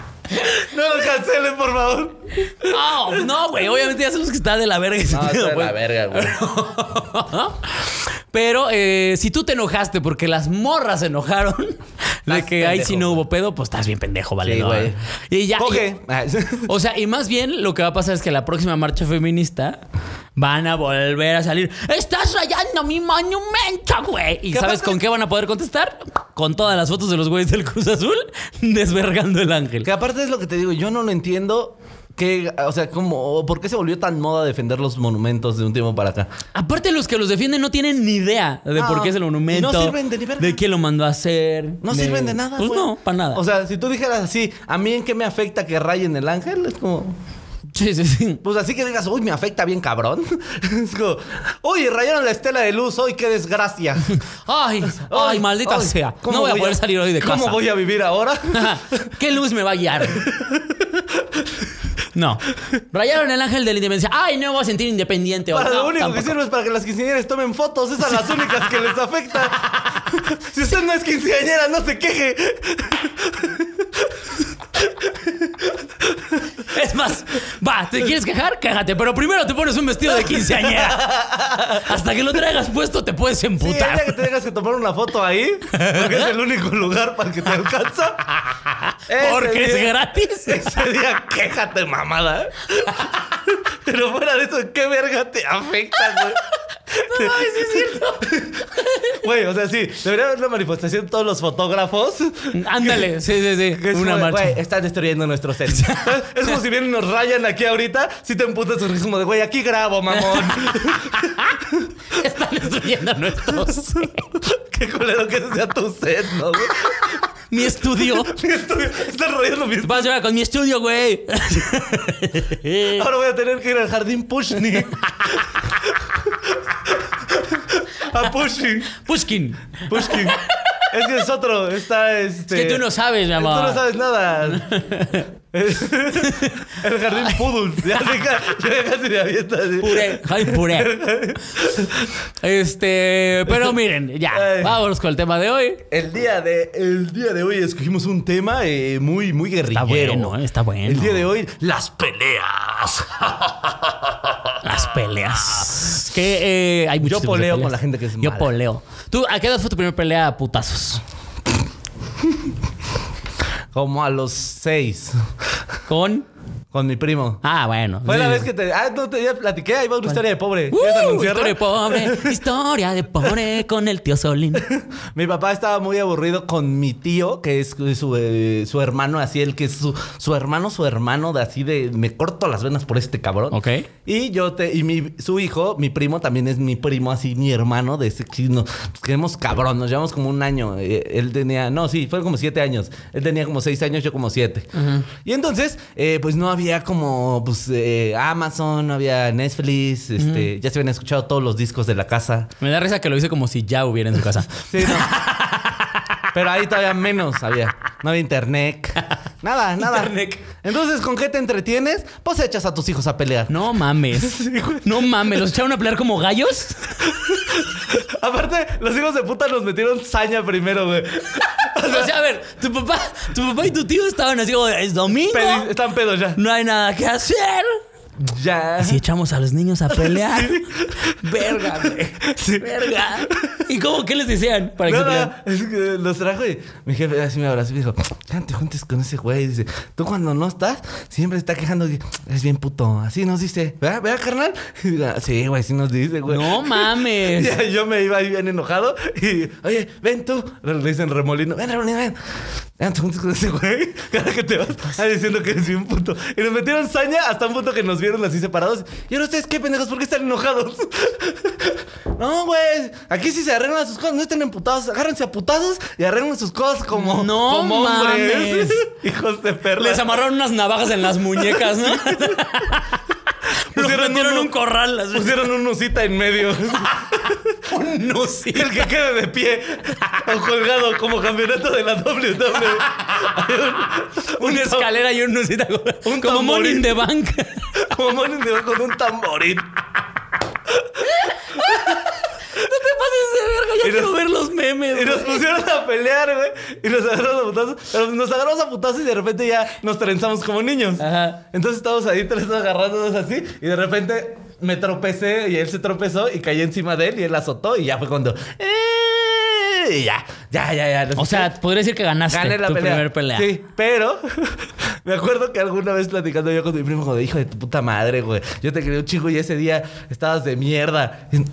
S2: No lo cancelen, por favor.
S1: No, no, güey. Obviamente ya sabemos que está de la verga.
S2: *laughs*
S1: ese pedo, güey.
S2: verga, güey.
S1: *laughs* Pero eh, si tú te enojaste porque las morras se enojaron de
S2: Estás
S1: que ahí sí
S2: pendejo,
S1: no hubo pedo, pues estás bien pendejo, vale.
S2: Sí,
S1: ¿no?
S2: güey.
S1: Y ya.
S2: Coge.
S1: O sea, y más bien lo que va a pasar es que la próxima marcha feminista van a volver a salir. ¡Estás rayando mi monumento, güey! ¿Y
S2: ¿Qué
S1: sabes
S2: pasa?
S1: con qué van a poder contestar? Con todas las fotos de los güeyes del Cruz Azul *laughs* desvergando el ángel.
S2: *laughs* Que aparte es lo que te digo, yo no lo entiendo. Que, o sea, como, ¿por qué se volvió tan moda defender los monumentos de un tiempo para acá?
S1: Aparte, los que los defienden no tienen ni idea de
S2: Ah, No,
S1: por qué es el monumento.
S2: no sirven de ni verga.
S1: quién lo mandó a hacer.
S2: No
S1: de-
S2: sirven de nada.
S1: Pues
S2: güey.
S1: no, para nada.
S2: O sea, si tú dijeras así, ¿a mí en qué me afecta que rayen el ángel? Es como.
S1: sí, sí, sí.
S2: Pues así que digas, uy, me afecta bien cabrón. *laughs* Es como, uy, rayaron la estela de luz, hoy qué desgracia.
S1: Ay, *laughs* ay, maldita
S2: ay,
S1: sea.
S2: ¿cómo
S1: No voy a poder salir hoy de casa.
S2: ¿Cómo voy a
S1: *laughs*
S2: vivir ahora?
S1: ¿Qué luz me va a guiar? No. Rayaron el ángel de la independencia. Ay, no me voy a sentir independiente hoy.
S2: Para
S1: No,
S2: lo único
S1: tampoco.
S2: que sirve es para que las quinceañeras tomen fotos, esas las únicas que
S1: *laughs*
S2: les afecta. Si usted no es quinceañera, no se queje.
S1: Es más, va, ¿te quieres quejar? Cájate, pero primero te pones un vestido de quinceañera. Hasta que lo traigas puesto te puedes
S2: Sí, el día que
S1: emputar.
S2: tengas que tomar una foto ahí, porque es el único lugar para el que
S1: *laughs*
S2: te alcanza. ese
S1: Porque es
S2: día-
S1: gratis.
S2: Ese día quéjate, mamada. Pero fuera de eso, ¿qué verga te afecta, güey? No mames, es cierto. Güey, o sea, sí, debería haber una manifestación todos los fotógrafos.
S1: Ándale, sí, sí, sí.
S2: Que es
S1: Una
S2: como de,
S1: marcha.
S2: Güey, están destruyendo nuestro set. *laughs* es como si vienen y nos rayan aquí ahorita, si te emputas un ritmo de, güey, aquí grabo, mamón. *laughs*
S1: Están destruyendo nuestros.
S2: Qué culero que ese sea tu set, ¿no, güey? *laughs*
S1: Mi estudio.
S2: Están rayando mis...
S1: Vas a llorar con mi estudio, güey. *laughs*
S2: Ahora voy a tener que ir al jardín
S1: *laughs*
S2: Pushni. A Pushni.
S1: Pushkin.
S2: Pushkin. Es que es otro. Está este.
S1: Es que tú no sabes, mi
S2: Tú
S1: amor.
S2: no sabes nada.
S1: *laughs*
S2: El jardín Pudul. Ya, se ca- ya casi me avienta así.
S1: Puré. Ay, puré. Este, pero miren, ya.
S2: Ay.
S1: Vámonos con el tema de hoy.
S2: El día, de, el día de hoy escogimos un tema eh, muy, muy guerrillero.
S1: bueno, ¿eh? está bueno.
S2: El día de hoy, las peleas.
S1: Las
S2: Ah.
S1: peleas. Que eh, hay muchos tipos de
S2: poleo con
S1: peleas.
S2: la gente que es
S1: Yo
S2: mala.
S1: poleo. ¿Tú a qué edad fue tu primera pelea a putazos?
S2: Como a los seis.
S1: Con.
S2: Con mi primo.
S1: Ah, bueno.
S2: Fue la
S1: Sí.
S2: vez que te. Ah, no, te ya platiqué. Ahí va una historia de pobre.
S1: Uh,
S2: ¿Quieres anunciarla?
S1: historia de pobre, historia de pobre con el tío Solín.
S2: Mi papá estaba muy aburrido con mi tío, que es su, eh, su hermano, así el que es su, su hermano, su hermano, de así de me corto las venas por este cabrón.
S1: Ok.
S2: Y yo te, y mi, su hijo, mi primo, también es mi primo, así mi hermano, de ese pues que nos nos queremos cabrón, nos llevamos como un año. Eh, Él tenía, no, sí, fue como siete años. Él tenía como seis años, yo como siete. Y entonces, eh, pues no había como, pues, eh, Amazon, no había Netflix, este, ya se habían escuchado todos los discos de la casa.
S1: Me da risa que lo hice como si ya hubiera en su casa.
S2: Sí, no. *laughs* Pero ahí todavía menos había. No había *laughs* internet. Nada, nada.
S1: Internet.
S2: Entonces, ¿con qué te entretienes? Pues echas a tus hijos a pelear.
S1: No
S2: *laughs*
S1: mames. No mames. ¿Los echaron a pelear como gallos?
S2: Aparte, los hijos de puta nos metieron saña primero, güey.
S1: O sea, a ver, tu papá, tu papá y tu tío estaban así como, es domingo,
S2: Pedi- están pedos ya.
S1: no hay nada que hacer.
S2: Ya.
S1: Y si echamos a los niños a pelear, verga, güey, verga. ¿Y cómo qué les decían para que se pelearan?
S2: Nada, es que los trajo y mi jefe así me abrazó y me dijo, ya no te juntes con ese güey. Dice, tú cuando no estás, siempre está quejando que es bien puto. Así nos dice, ¿verdad, ¿verdad carnal? *laughs* Y digo, sí, güey, así nos dice, güey.
S1: No mames.
S2: Ya, yo me iba ahí bien enojado y, oye, ven tú. Le dicen remolino, ven, remolino, ven. Ya, te juntas con ese güey. *laughs* Cada que te vas, ahí diciendo que eres bien puto. Y nos metieron saña hasta un punto que nos vieron así separados. Y ahora ustedes, qué pendejos, ¿por qué están enojados? *laughs* no, güey. Aquí sí se arreglan sus cosas, no estén emputados. Agárrense a putazos y arreglen sus cosas como,
S1: No
S2: como hombres.
S1: mames.
S2: *laughs* Hijos de perra.
S1: Les amarraron unas navajas en las muñecas, ¿no? *laughs* Los
S2: Pusieron
S1: metieron en
S2: uno-
S1: un corral. así.
S2: Pusieron un usita en medio.
S1: *laughs* Un nuzi.
S2: El que quede de pie *laughs* o colgado como campeonato de la E. WWE.
S1: Una escalera y un nuzi.
S2: Un
S1: como Money in
S2: tamborín.
S1: the Bank. *laughs*
S2: Como Morning de con un tamborín.
S1: Pases de verga, ya
S2: Y nos-
S1: quiero ver los memes.
S2: Y nos
S1: güey.
S2: pusieron a pelear, güey. Y nos agarramos a putazos. Pero nos agarramos a putazos y de repente ya nos trenzamos como niños.
S1: Ajá.
S2: Entonces estábamos ahí tres agarrándonos así. Y de repente me tropecé y él se tropezó y caí encima de él y él azotó. Y ya fue cuando. ¡eh! Y ya, ya, ya, ya. Nos-
S1: O sea, podría decir que ganaste
S2: Gané la
S1: tu
S2: pelea.
S1: primer pelea.
S2: Sí, pero *laughs* me acuerdo que alguna vez platicando yo con mi primo, como de hijo de tu puta madre, güey. Yo te quería un chico y ese día estabas de mierda. Y-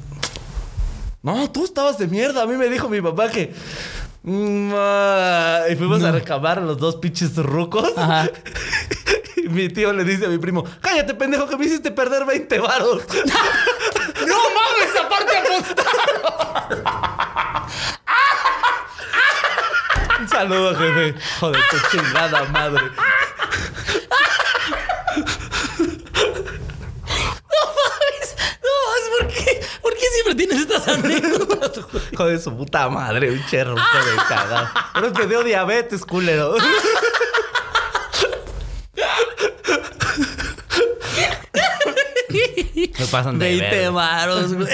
S2: No, tú estabas de mierda. A mí me dijo mi papá que. "Mm, ah", Y fuimos a recabar a los dos pinches rucos.
S1: Ajá.
S2: *laughs* Y mi tío le dice a mi primo: Cállate, pendejo, que me hiciste perder 20 varos.
S1: *laughs* ¡No mames! *laughs* Aparte apostaron.
S2: Un saludo, jefe. Joder, tu chingada madre.
S1: No, ¿por qué? ¿Por qué siempre tienes estas anécdotas, güey?
S2: Joder, su puta madre, un cherruco de cagada. Pero te dio diabetes, culero. Me pasan de
S1: 20
S2: verga.
S1: varos,
S2: *laughs*
S1: güey.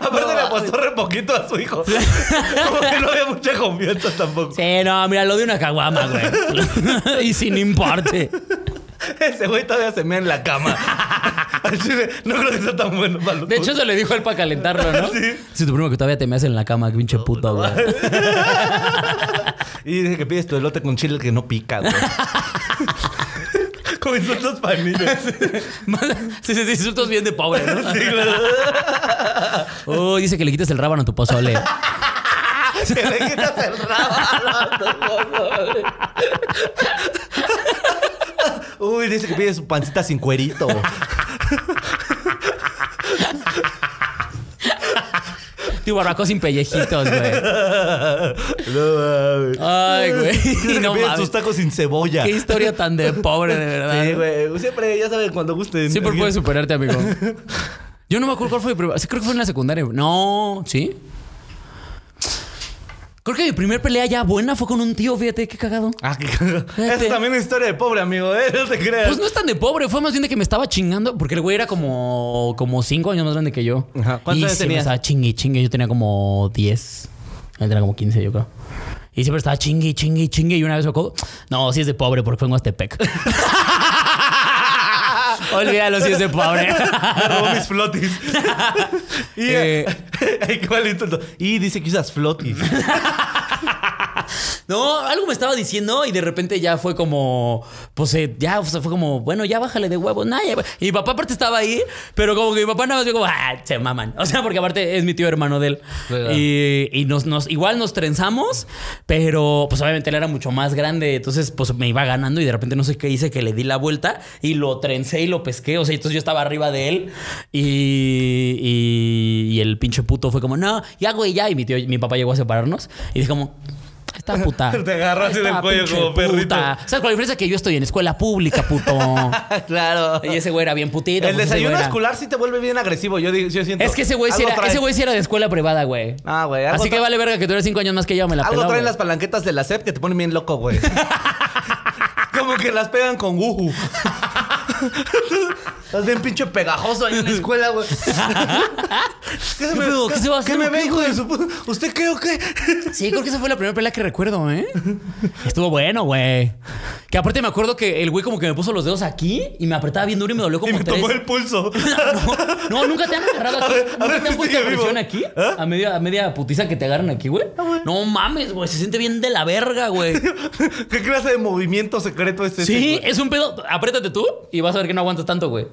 S2: Aparte le apostó re poquito a su hijo. Como que no había mucha confianza tampoco.
S1: Sí, no, mira, lo de una caguama,
S2: *laughs*
S1: güey. y sin importe.
S2: Ese güey todavía se mea en la cama. Al chile, no creo que sea tan bueno para los
S1: De hecho, se le dijo a él para calentarlo, ¿no?
S2: Sí.
S1: Sí, tu primo que todavía te me hace en la cama, que pinche puto, güey.
S2: Y dice que pides tu elote con chile que no
S1: *laughs*
S2: pica, güey. Como insultos familias.
S1: *laughs* Sí, sí, sí, insultos bien de pobre, ¿no?
S2: Sí, claro.
S1: Oh, dice que le quites el rábano a tu pozole.
S2: Se le quitas el rábano. *laughs* Uy, dice que pide su pancita sin *laughs* cuerito.
S1: Tu barbacoa sin pellejitos, güey.
S2: No mames.
S1: Ay, güey.
S2: Dice
S1: No
S2: que pide
S1: mames.
S2: sus tacos sin cebolla.
S1: Qué historia tan de pobre, de
S2: Sí,
S1: verdad.
S2: güey. Siempre, ya saben, cuando gusten.
S1: Siempre
S2: Alguien-
S1: puedes superarte, amigo. Yo no me acuerdo cuál fue mi primer... Sí, creo que fue en la secundaria. No, ¿sí? Creo que mi primer pelea ya buena fue con un tío, fíjate, qué cagado.
S2: *laughs* Ah, qué cagado. Esa es también una historia de pobre, amigo, ¿eh? No te creas.
S1: Pues no es tan de pobre, fue más bien de que me estaba chingando, porque el güey era como, como cinco años más grande que yo.
S2: Ajá. ¿Cuántos
S1: Y
S2: años
S1: siempre
S2: tenías?
S1: estaba chingue y chingue, yo tenía como 10. Él tenía como 15, yo creo. Y siempre estaba chingue y chingue y chingue, y una vez me acuerdo, no, si es de pobre, porque fue en
S2: *laughs*
S1: Huastepec. *laughs* Olvídalo si es de pobre.
S2: Me *laughs* robó mis
S1: *laughs*
S2: flotis. y,
S1: Eh.
S2: *laughs* ay, qué mal insulto. Y dice que
S1: *laughs*
S2: usas flotis.
S1: No, algo me estaba diciendo y de repente ya fue como, pues eh, ya o sea, fue como, bueno, ya bájale de huevos. Nah, ya va- Y mi papá aparte estaba ahí, pero como que mi papá nada más fue como, ah, se maman. O sea, porque aparte es mi tío hermano de él.
S2: Claro.
S1: Y, y nos, nos, igual nos trenzamos, pero pues obviamente él era mucho más grande, entonces pues me iba ganando y de repente no sé qué hice, que le di la vuelta y lo trencé y lo pesqué. O sea, entonces yo estaba arriba de él y, y, y el pinche puto fue como, no, ya güey, ya. Y mi tío, mi papá llegó a separarnos y dije como... Esta puta.
S2: *laughs* Te agarró así
S1: Esta
S2: del cuello
S1: pinche
S2: como perrito.
S1: puta. ¿Sabes cuál es la diferencia? Que yo estoy en escuela pública,
S2: *laughs*
S1: puto.
S2: claro.
S1: y ese güey era bien putito.
S2: El
S1: pues, ese
S2: desayuno
S1: güey era-
S2: escolar sí te vuelve bien agresivo, yo, digo- yo siento.
S1: Es que ese güey, sí
S2: Algo
S1: era,
S2: trae-
S1: ese güey sí era de escuela privada, güey.
S2: Ah, güey, algo
S1: Así que
S2: tra-
S1: vale verga que tú eres cinco años más que yo, me la
S2: Algo
S1: peló,
S2: traen
S1: güey.
S2: las palanquetas de la SEP que te ponen bien
S1: *laughs*
S2: loco, güey. Como que las pegan con wuhu. Estás bien pinche
S1: *laughs*
S2: pegajoso ahí en la escuela, güey. ¿Qué,
S1: ¿Qué pedo? ¿Qué se va a hacer
S2: ¿Qué
S1: o
S2: me
S1: qué,
S2: ve, hijo de su puta? ¿Usted cree o qué?
S1: Sí, creo que esa fue la primera pelea que recuerdo, ¿eh? *laughs* Estuvo bueno, güey. Que aparte me acuerdo que el güey como que me puso los dedos aquí y me apretaba bien duro y me dolió como
S2: Y me
S1: tres.
S2: tomó
S1: *laughs*
S2: el pulso.
S1: No, no, nunca te han agarrado aquí.
S2: ver, a
S1: ¿Nunca
S2: ver
S1: te han
S2: si
S1: puesto
S2: sigue
S1: presión
S2: vivo.
S1: aquí?
S2: ¿Ah?
S1: A media, a media putiza que te agarran aquí, güey. No mames, güey. Se siente bien de la verga,
S2: *laughs*
S1: güey.
S2: ¿Qué clase de movimiento secreto es ese?
S1: Sí,
S2: güey?
S1: es un pedo. Apriétate tú y vas a ver que no aguantas tanto, güey.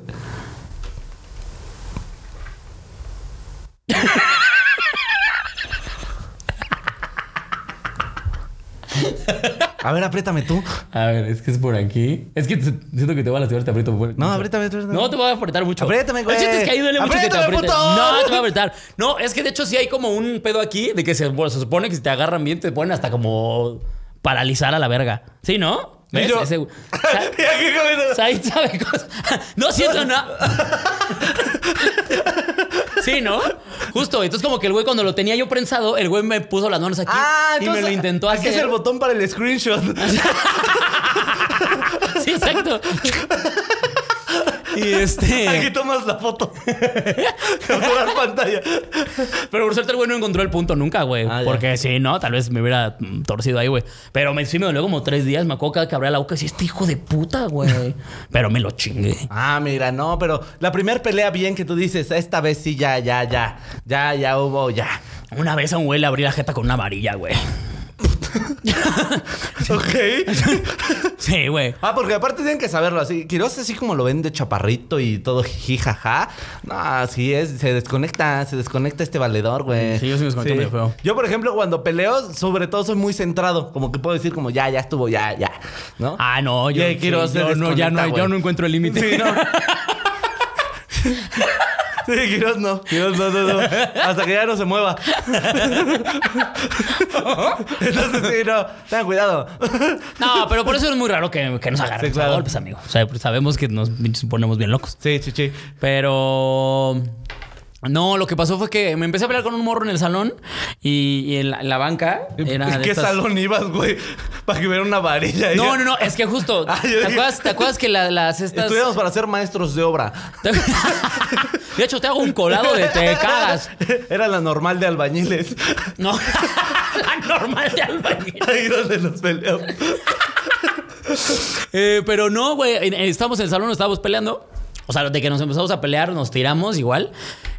S2: A ver, apriétame tú.
S1: A ver, es que es por aquí. Es que te- siento que te voy a lastimar, te aprieto por
S2: No, apriétame tú.
S1: No, te voy a apretar mucho.
S2: Apriétame, güey.
S1: El chiste es que ahí duele mucho que te
S2: Apriétame,
S1: aprieten.
S2: puto.
S1: No, te voy a apretar. No, es que de hecho sí hay como un pedo aquí de que se, bueno, se supone que si te agarran bien te ponen hasta como paralizar a la verga. ¿Sí, no?
S2: Y yo- *laughs*
S1: Ese- Sa-
S2: Mira qué cabeza.
S1: Said sabe cosas. No siento nada. Sí, ¿no? Justo. Entonces, como que el güey, cuando lo tenía yo prensado, el güey me puso las manos aquí y me lo intentó
S2: Ah, aquí
S1: hacer.
S2: es el botón para el
S1: *laughs*
S2: screenshot.
S1: Sí, exacto. Y este.
S2: *laughs* Aquí tomas la foto. *laughs* Capturar pantalla.
S1: *laughs* Pero por suerte el güey no encontró el punto nunca, güey.
S2: Ah, ya.
S1: porque si no, tal vez me hubiera mm, torcido ahí, güey. Pero me, sí me dolió como tres días. Me acuerdo cada que abría la boca y decía, este hijo de puta,
S2: *laughs*
S1: güey. Pero me lo chingué.
S2: Ah, mira, no, pero la primer pelea bien que tú dices, esta vez sí, ya, ya, ya. Ya, ya hubo, ya. *laughs*
S1: Una vez a un güey le abrí la jeta con una varilla, güey.
S2: Ok.
S1: Sí, güey.
S2: Ah, porque aparte tienen que saberlo así. Quiroz así como lo ven de chaparrito y todo jijaja. No, así es. Se desconecta, se desconecta este valedor, güey.
S1: Sí, yo sí me desconecto medio feo.
S2: Yo, por ejemplo, cuando peleo, sobre todo soy muy centrado. Como que puedo decir como ya, ya estuvo, ya, ya. ¿No?
S1: Ah, no, yo,
S2: Y el Quiroz
S1: sí,
S2: se
S1: yo no, ya no,
S2: desconecta,
S1: yo
S2: güey.
S1: no encuentro el límite.
S2: Sí, no. *laughs* Sí, Quiroz no. Quiroz no, no, no. Hasta que ya no se *laughs* mueva. Entonces, sí, no. Tengan cuidado.
S1: *laughs* No, pero por eso es muy raro que, que nos agarren
S2: Sí, claro.
S1: a golpes, amigo. O sea, pues sabemos que nos ponemos bien locos.
S2: Sí, chichi.
S1: Pero. No, lo que pasó fue que me empecé a pelear con un morro en el salón y, y en, la, en la banca. Era
S2: ¿En
S1: de
S2: qué
S1: estas-
S2: salón ibas, güey? Para que hubiera una varilla. ahí.
S1: No, no, no, es que justo.
S2: *laughs* Ah, yo
S1: ¿te,
S2: dije-
S1: acuerdas, te acuerdas que la-
S2: *laughs*
S1: las estas.
S2: Estudiamos para ser maestros de obra.
S1: *laughs* De hecho, te hago un colado
S2: *laughs*
S1: de te cagas.
S2: Era la normal de
S1: *laughs*
S2: albañiles. *laughs*
S1: No, la normal de albañil.
S2: Ahí donde nos peleamos.
S1: Eh, pero no, güey. en- en- Estábamos en el salón, nos estábamos peleando. O sea, de que nos empezamos a pelear, nos tiramos igual.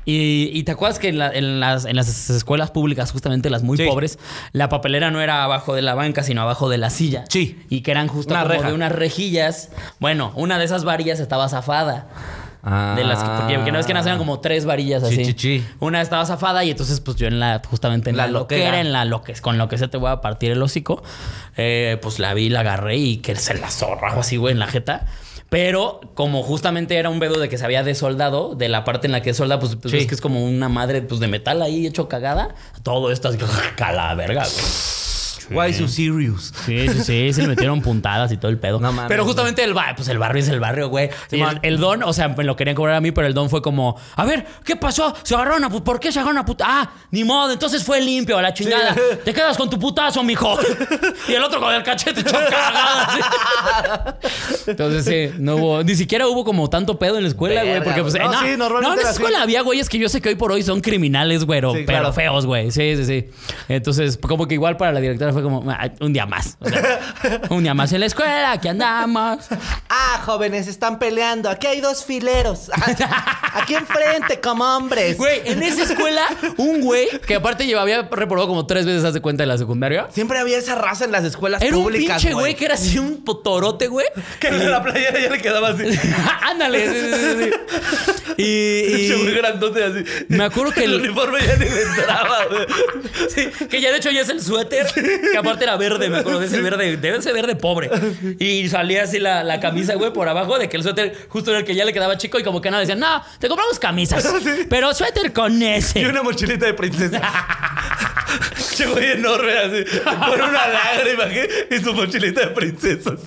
S1: Y, y te acuerdas que en, la- en las, en las escuelas públicas, justamente las muy
S2: Sí.
S1: pobres, la papelera no era abajo de la banca, sino abajo de la silla.
S2: Sí.
S1: Y que eran justo
S2: Una
S1: como
S2: reja.
S1: de unas rejillas. Bueno, una de esas varillas estaba zafada. Ah, De las que, porque que no es que nacían como tres varillas
S2: Ah. Sí,
S1: así.
S2: sí, sí.
S1: Una estaba zafada y entonces pues yo en la, justamente en la,
S2: La
S1: loquera,
S2: loquera.
S1: en la loque, con lo que se te voy a partir el hocico, eh, pues la vi, la agarré y que se la zorrajo así, güey, en la jeta. Pero como justamente era un vedo de que se había desoldado, de la parte en la que es solda, pues, pues
S2: Sí.
S1: ves que es como una madre pues, de metal ahí hecho cagada, todo esto así, *laughs* cala verga, güey.
S2: Why so serious?
S1: Sí, sí, sí, se le metieron puntadas y todo el pedo.
S2: No mames.
S1: pero justamente el barrio, pues el barrio es el barrio, güey. Y el, el don, o sea, me lo querían cobrar a mí, pero el don fue como, a ver, ¿qué pasó? Se agarraron a put- ¿por qué se agarraron a puta? Ah, ni modo, entonces fue limpio, a la chingada.
S2: Sí.
S1: Te quedas con tu putazo,
S2: *laughs*
S1: mijo. y el otro con el cachete hecho cagada, así. Entonces sí, no hubo, ni siquiera hubo como tanto pedo en la escuela, güey,
S2: Verga,
S1: porque pues
S2: güey. No,
S1: eh,
S2: sí, normalmente
S1: no, en
S2: era
S1: esa
S2: así.
S1: escuela había güeyes que yo sé que hoy por hoy son criminales, güey, pero-
S2: Sí,
S1: pero
S2: claro.
S1: feos, güey. Sí, sí, sí. Entonces, como que igual para la directora fue como "Ah, un día más. O sea,
S2: *laughs*
S1: un día más en la escuela, aquí andamos.
S2: Ah, jóvenes, están peleando. Aquí hay
S1: *laughs*
S2: dos fileros. Aquí enfrente, como hombres.
S1: Güey, en esa escuela, un güey que aparte yo había reprobado como tres veces hace cuenta de la secundaria.
S2: Siempre había esa raza en las escuelas
S1: Era un
S2: públicas,
S1: pinche güey que era así un torote, güey. *laughs*
S2: Que en la playera ya le quedaba así.
S1: Ándale. sí, sí, sí, sí.
S2: Pinche güey
S1: Y,
S2: grandote así.
S1: y me acuerdo que
S2: El
S1: el,
S2: uniforme ya ni le entraba, güey.
S1: Sí, que ya de hecho ya es el suéter, que aparte era verde, me acuerdo de ese verde, debe ser verde pobre. Y salía así la, la camisa, güey, por abajo, de que el suéter justo era el que ya le quedaba chico y como que nada, decían, no, te compramos
S2: *laughs*
S1: camisas, pero suéter con
S2: Y
S1: ese.
S2: una mochilita de princesa. Che, güey enorme así. Con una lágrima ¿qué? y su mochilita de princesas.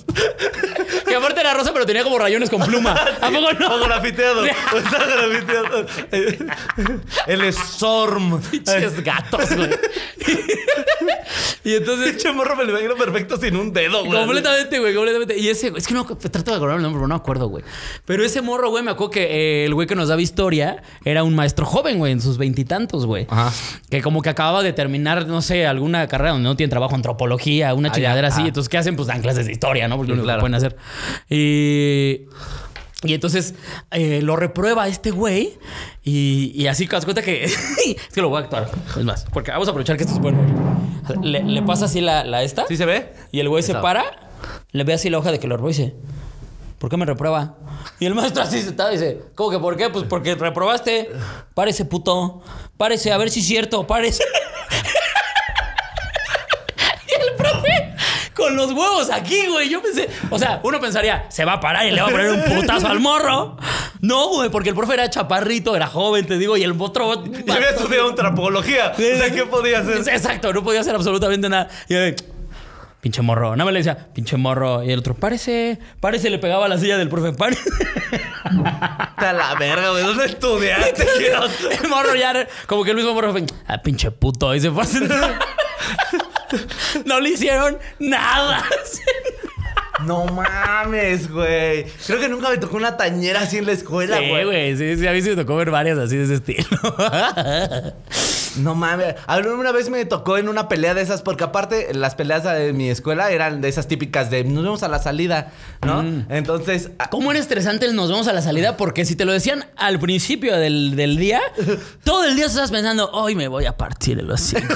S1: Que aparte era rosa, pero tenía como rayones con
S2: *laughs*
S1: pluma. ¿A poco
S2: O
S1: no? *laughs*
S2: grafiteado. O está grafiteado. El Storm. eh.
S1: Pinches gatos,
S2: *laughs*
S1: güey. *laughs* Y entonces...
S2: Pinche morro me lo imagino perfecto sin un dedo, güey.
S1: Completamente, güey, completamente. Y ese, es que no, trato de acordar el nombre, pero no me acuerdo, güey. Pero ese morro, güey, me acuerdo que eh, el güey que nos daba historia era un maestro joven, güey, en sus veintitantos, güey.
S2: Ajá.
S1: Que como que acababa de terminar, no sé, alguna carrera donde no tiene trabajo, antropología, una
S2: Ah,
S1: chingadera
S2: ya,
S1: así.
S2: ah.
S1: Entonces, ¿qué hacen? Pues dan clases de historia, ¿no? Porque lo
S2: Sí,
S1: único que
S2: claro.
S1: pueden hacer. Y. Y entonces eh, lo reprueba este güey. Y, y así te das cuenta que. *laughs* es que lo voy a actuar. Es más, porque vamos a aprovechar que esto es bueno. Le, le pasa así la, la esta.
S2: ¿Sí se ve?
S1: Y el güey se
S2: Esa.
S1: para, le ve así la hoja de que lo reprueba y dice, ¿por qué me reprueba? Y el maestro así sentado dice, ¿cómo que por qué? Pues porque reprobaste. Párese, puto. Párese, a ver si es cierto, párese. *laughs* y el profe con los huevos aquí, güey. Yo pensé, o sea, uno pensaría, se va a parar y le va a poner un putazo al morro. No, güey, porque el profe era chaparrito, era joven, te digo, y el otro...
S2: *laughs* Yo había estudiado antropología. O sea, ¿qué podía hacer?
S1: Exacto, no podía hacer absolutamente nada. Y yo de, pinche morro. Nada más le decía, pinche morro. Y el otro, parece, *laughs* parece, le pegaba a la silla del profe, parece.
S2: Está la verga, güey.
S1: *laughs*
S2: ¿Dónde estudiaste?
S1: El morro ya, como que el mismo morro fue, ah, pinche puto, y se fue a sentar. *laughs* No le hicieron nada.
S2: No mames, güey. Creo que nunca me tocó una tañera así en la escuela,
S1: Sí,
S2: güey.
S1: güey, sí, sí, a mí sí me tocó ver varias así de ese estilo. *laughs*
S2: No mames. A mí Una vez me tocó en una pelea de esas, porque aparte las peleas de mi escuela eran de esas típicas de nos vemos a la salida, ¿no?
S1: Mm.
S2: Entonces, ah, a-
S1: ¿Cómo era estresante el nos vamos a la salida? Porque si te lo decían al principio del, del día, todo el día estás pensando, hoy me voy a partir el hocico.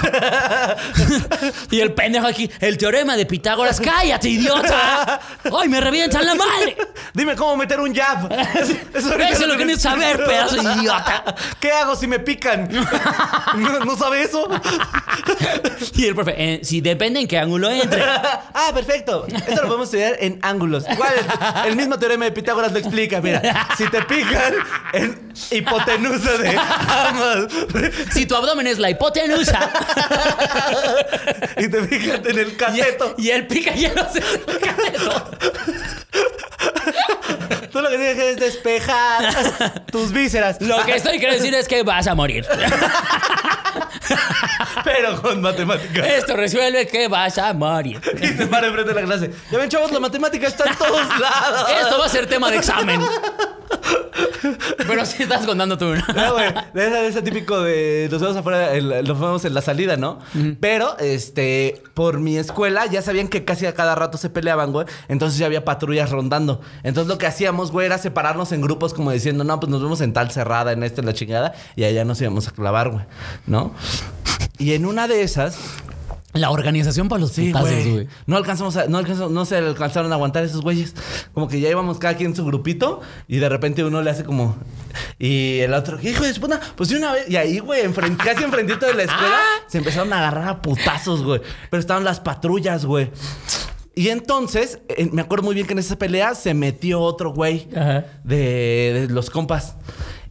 S1: *laughs* y el pendejo aquí, el teorema de Pitágoras, cállate, idiota. Hoy me revientan la madre.
S2: dime cómo meter
S1: *laughs*
S2: un jab. Eso ahorita
S1: Eso es lo que necesitas saber, pedazo de idiota.
S2: *laughs* ¿Qué hago si me pican? *laughs* ¿No, no
S1: *laughs*
S2: sabe eso?
S1: Y el profe, eh, si depende en qué ángulo entre.
S2: *laughs* ah, perfecto. Esto lo podemos estudiar en ángulos. Igual, el- el mismo teorema de Pitágoras lo explica. Mira, si te pican, en hipotenusa de ambas.
S1: Si tu abdomen es la hipotenusa
S2: Y te fijan en el cateto.
S1: y el pica hielo se cateto.
S2: Tú lo que tienes que hacer es despejar tus vísceras.
S1: Lo que estoy queriendo decir es que vas a morir.
S2: *laughs* Pero
S1: *laughs*
S2: con matemáticas.
S1: Esto resuelve que vas a morir.
S2: Y se para enfrente de la clase. Ya ven, chavos, la matemática está en todos lados.
S1: Esto va a ser tema de examen. Pero si estás contando tú. ¿no?
S2: No, güey, de esa, de esa típico de nos vemos afuera, en la- nos vemos en la salida, ¿no? Pero, este, por mi escuela ya sabían que casi a cada rato se peleaban, güey. Entonces ya había patrullas rondando. Entonces lo que hacíamos, güey, era separarnos en grupos como diciendo, no, pues nos vemos en tal cerrada, en esta, en la chingada. Y allá nos íbamos a clavar, güey, ¿no? Y en una de esas,
S1: La organización para los
S2: Sí,
S1: putazos,
S2: güey.
S1: güey.
S2: No alcanzamos a- no alcanzamos- no se alcanzaron a aguantar esos güeyes. Como que ya íbamos cada quien en su grupito y de repente uno le hace como y el otro, hijo de su puta, pues de una vez y ahí, güey, enfren- casi enfrentito de la escuela
S1: Ah.
S2: se empezaron a agarrar a putazos, güey. Pero estaban las patrullas, güey. Y entonces, eh, me acuerdo muy bien que en esa pelea se metió otro güey
S1: Ajá.
S2: de, de los compas.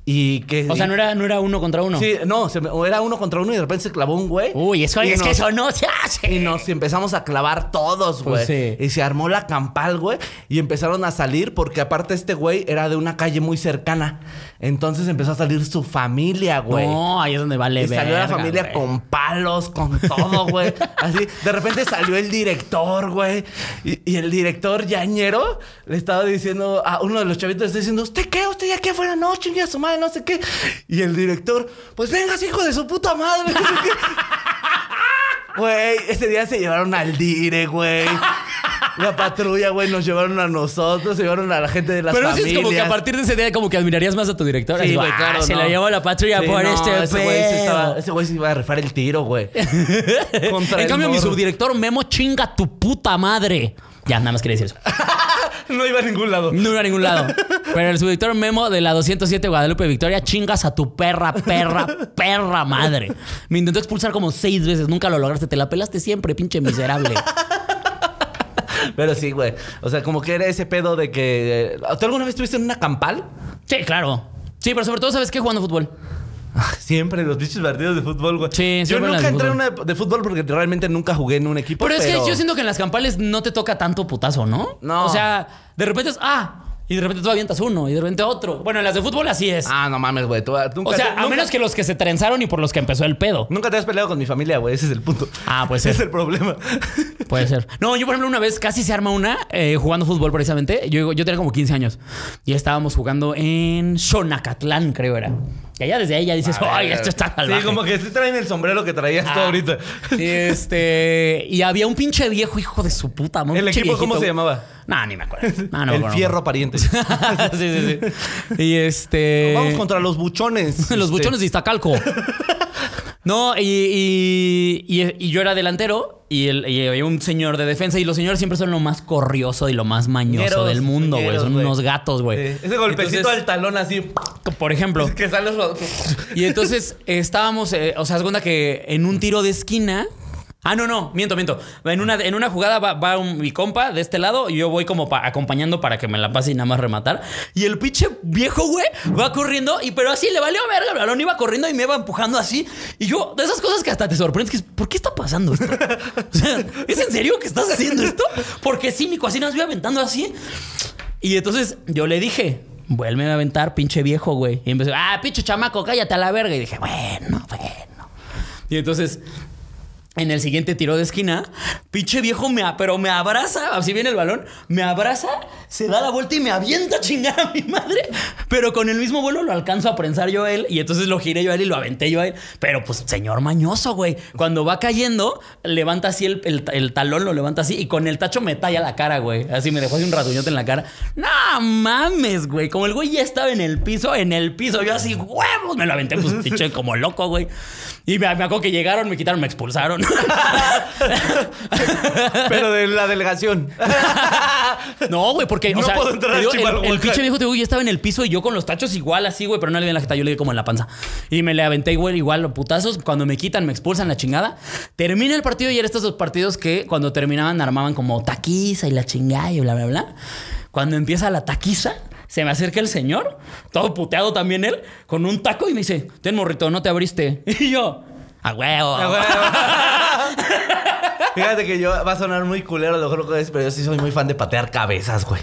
S2: Y que.
S1: O sea, no era, no era uno contra uno.
S2: Sí, no, se me- o era uno contra uno y de repente se clavó un güey.
S1: Uy, eso,
S2: Y
S1: es que
S2: nos-
S1: eso no se hace.
S2: y nos empezamos a clavar todos, güey.
S1: Pues sí.
S2: Y se armó la campal, güey. Y empezaron a salir porque aparte este güey era de una calle muy cercana. Entonces empezó a salir su familia, güey.
S1: No, ahí es donde vale
S2: Y salió la
S1: verga,
S2: familia
S1: güey.
S2: con palos, con
S1: *laughs*
S2: todo, güey. Así, de repente salió el director, güey. Y, y el director yañero le estaba diciendo a uno de los chavitos, le está diciendo, ¿usted qué? ¿Usted ya qué afuera? No, chingue a su madre, no sé qué. Y el director, pues vengas, hijo de su
S1: *laughs*
S2: puta madre. que no sé qué. Güey, ese día se llevaron al dire, güey. La patrulla, güey, nos llevaron a nosotros, se llevaron a la gente de las
S1: Pero eso
S2: familias.
S1: es como que a partir de ese día como que admirarías más a tu director. Así, "Ah, se la llevó la patrulla
S2: Sí,
S1: por
S2: no,
S1: este
S2: ese güey, se
S1: pedo".
S2: estaba- ese güey se iba a rifar el tiro, güey.
S1: *laughs*
S2: Contra
S1: En
S2: el
S1: cambio, mi
S2: morro.
S1: subdirector Memo chinga tu puta madre. Ya, nada más quería decir eso.
S2: *laughs* No iba a ningún lado.
S1: No iba a ningún lado. Pero el subdirector Memo de la 207 Guadalupe Victoria chingas a tu perra, perra, perra madre. Me intentó expulsar como seis veces. Nunca lo lograste. Te la pelaste siempre, pinche miserable.
S2: Pero sí, güey. O sea, como que era ese pedo de que. eh, ¿Tú alguna vez estuviste en una campal?
S1: Sí, claro. Sí, pero sobre todo, ¿sabes qué? Jugando fútbol.
S2: Ah, Siempre en los bichos partidos de fútbol, güey.
S1: Sí,
S2: Yo
S1: siempre en las
S2: nunca
S1: de
S2: entré en
S1: fútbol.
S2: una de, de fútbol porque realmente nunca jugué en un equipo.
S1: Pero
S2: Pero,
S1: es que yo siento que en las campales no te toca tanto putazo, ¿no?
S2: No.
S1: O sea, de repente es, ah, y de repente tú avientas uno, y de repente otro. Bueno, en las de fútbol así es.
S2: Ah, no mames, güey. Tú, tú nunca
S1: o sea,
S2: te-
S1: a
S2: nunca-
S1: menos que los que se trenzaron y por los que empezó el pedo.
S2: Nunca te has peleado con mi familia, güey. Ese es el punto.
S1: Ah, pues
S2: Ese
S1: sí.
S2: es el problema. *laughs*
S1: Puede ser. No, yo por ejemplo una vez casi se arma una eh, jugando fútbol precisamente. Yo, yo tenía como 15 años y estábamos jugando en Xonacatlán, creo era. Y allá desde ahí ya dices, ¡ay, esto está salvaje!
S2: Sí, como que sí traen el sombrero que traías tú
S1: Ah.
S2: ahorita.
S1: Y este... Y había un pinche viejo hijo de su puta madre.
S2: ¿El
S1: pinche
S2: equipo cómo
S1: viejito.
S2: se llamaba?
S1: No, ni me acuerdo. No,
S2: Ah,
S1: no me
S2: el
S1: acuerdo.
S2: fierro pariente.
S1: *laughs* sí, sí,
S2: *laughs*
S1: sí. Y este...
S2: Vamos contra *laughs* los buchones.
S1: Los
S2: Este,
S1: buchones de
S2: *laughs*
S1: Iztacalco. No, y, y- y- y yo era delantero y, el- y había un señor de defensa y los señores siempre son lo más corrioso y lo más mañoso
S2: Ñeros,
S1: del mundo, güey.
S2: ñeros,
S1: Son
S2: güey.
S1: unos gatos, güey.
S2: Sí, eh, Ese golpecito al
S1: Entonces,
S2: talón así.
S1: Por ejemplo.
S2: Que sale ro-
S1: Y entonces estábamos, eh, o sea, haz cuenta que en un tiro de esquina. Ah, no, no, miento, miento. En una, en una jugada va, va un- mi compa de este lado y yo voy como pa- acompañando para que me la pase y nada más rematar. Y el pinche viejo, güey, va corriendo y pero así le valió verga el balón, iba corriendo y me iba empujando así. Y yo, de esas cosas que hasta te sorprendes, que es, ¿por qué está pasando esto? O sea, ¿es en serio que estás haciendo esto? Porque cínico, así nos iba aventando así. Y entonces yo le dije, vuelve a aventar, pinche viejo, güey. Y empezó, ah, pinche chamaco, cállate a la verga. Y dije, bueno, bueno. Y entonces, en el siguiente tiro de esquina, pinche viejo me, a- pero me abraza, así viene el balón, me abraza, se da la vuelta y me avienta a chingar a mi madre. Pero con el mismo vuelo lo alcanzo a prensar yo a él y entonces lo giré yo a él y lo aventé yo a él. Pero pues, señor mañoso, güey. Cuando va cayendo, levanta así el, el- el talón, lo levanta así y con el tacho me talla la cara, güey. Así me dejó así un rasguñote en la cara. No mames, güey. Como el güey ya estaba en el piso, en el piso, yo así, huevos, me lo aventé, pues pinche como loco, güey. Y me, me acuerdo que llegaron, me quitaron, me expulsaron.
S2: *laughs* Pero de la *laughs* delegación.
S1: No, güey, porque
S2: No
S1: o sea,
S2: puedo entrar
S1: te
S2: a
S1: digo, el,
S2: Chimalhuacán.
S1: el pinche viejo te digo, ya estaba en el piso y yo con los tachos igual así, güey, pero no le vi en la jeta, yo le di como en la panza. Y me le aventé igual, igual los putazos, cuando me quitan, me expulsan la chingada. Termina el partido y eran estos dos partidos que cuando terminaban armaban como taquiza y la chingada y bla bla bla. Cuando empieza la taquiza, se me acerca el señor, todo puteado también él, con un taco y me dice, "Ten morrito, no te abriste." *laughs* Y yo, "A huevo."
S2: Ah, güey. Fíjate que yo va a sonar muy culero, a lo mejor lo que es, pero yo sí soy muy fan de patear cabezas, *laughs* güey.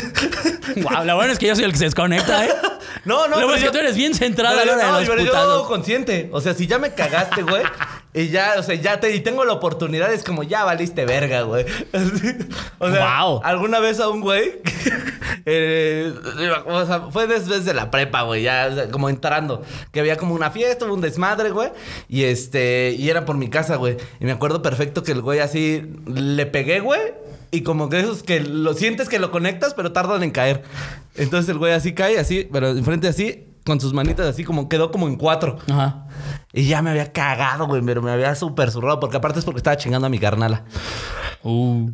S1: *laughs* Guau, la buena es que yo soy el que se desconecta,
S2: *laughs*
S1: ¿eh?
S2: No, no,
S1: Lo bueno
S2: pero
S1: es que
S2: yo-
S1: tú eres bien centrado
S2: Pero
S1: a la
S2: yo-
S1: hora de
S2: no,
S1: los
S2: pero yo lo
S1: putazos.
S2: hago consciente. O sea, si ya me cagaste, güey. Y ya, o sea, ya te, y tengo la oportunidad, es como ya valiste verga, güey. *laughs* Así, O sea,
S1: Guau.
S2: alguna vez a un güey, *laughs* eh, o sea, fue después de la prepa, güey, ya o sea, como entrando, que había como una fiesta, hubo un desmadre, güey, y este, y era por mi casa, güey. Y me acuerdo perfecto que el güey así le pegué, güey. Y como que esos que lo sientes que lo conectas, pero tardan en caer. Entonces el güey así cae, así, pero enfrente así, con sus manitas así, como quedó como en cuatro.
S1: Ajá.
S2: Y ya me había cagado, güey, pero me había súper zurrado, porque aparte es porque estaba chingando a mi carnala. Uh.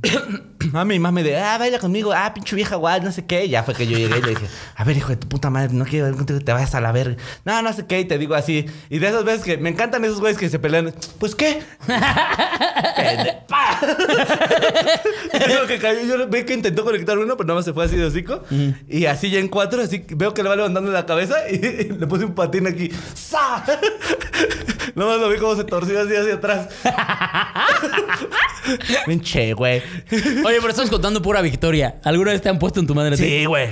S2: A mi *clears throat* mami de, ah, baila conmigo, ah, pinche vieja guay, no sé qué. Y ya fue que yo llegué y le dije, a ver, hijo de tu puta madre, no quiero ir contigo, te vayas a la verga. No, no sé qué, y te digo así. Y de esas veces que me encantan esos güeyes que se pelean, pues qué. Pende- ¡Pa! Y digo *laughs* que cayó, yo vi que intentó conectar uno, pero nada más se fue así de hocico. Y así ya en cuatro, así veo que le va levantando la cabeza y, *laughs* y le puse un patín aquí. ¡Sa! *laughs* Nada más lo vi como se torció así hacia atrás. *laughs* Pinche, güey.
S1: Oye, pero estamos contando pura victoria. ¿Alguna vez te han puesto en tu madre? así?
S2: Sí, güey.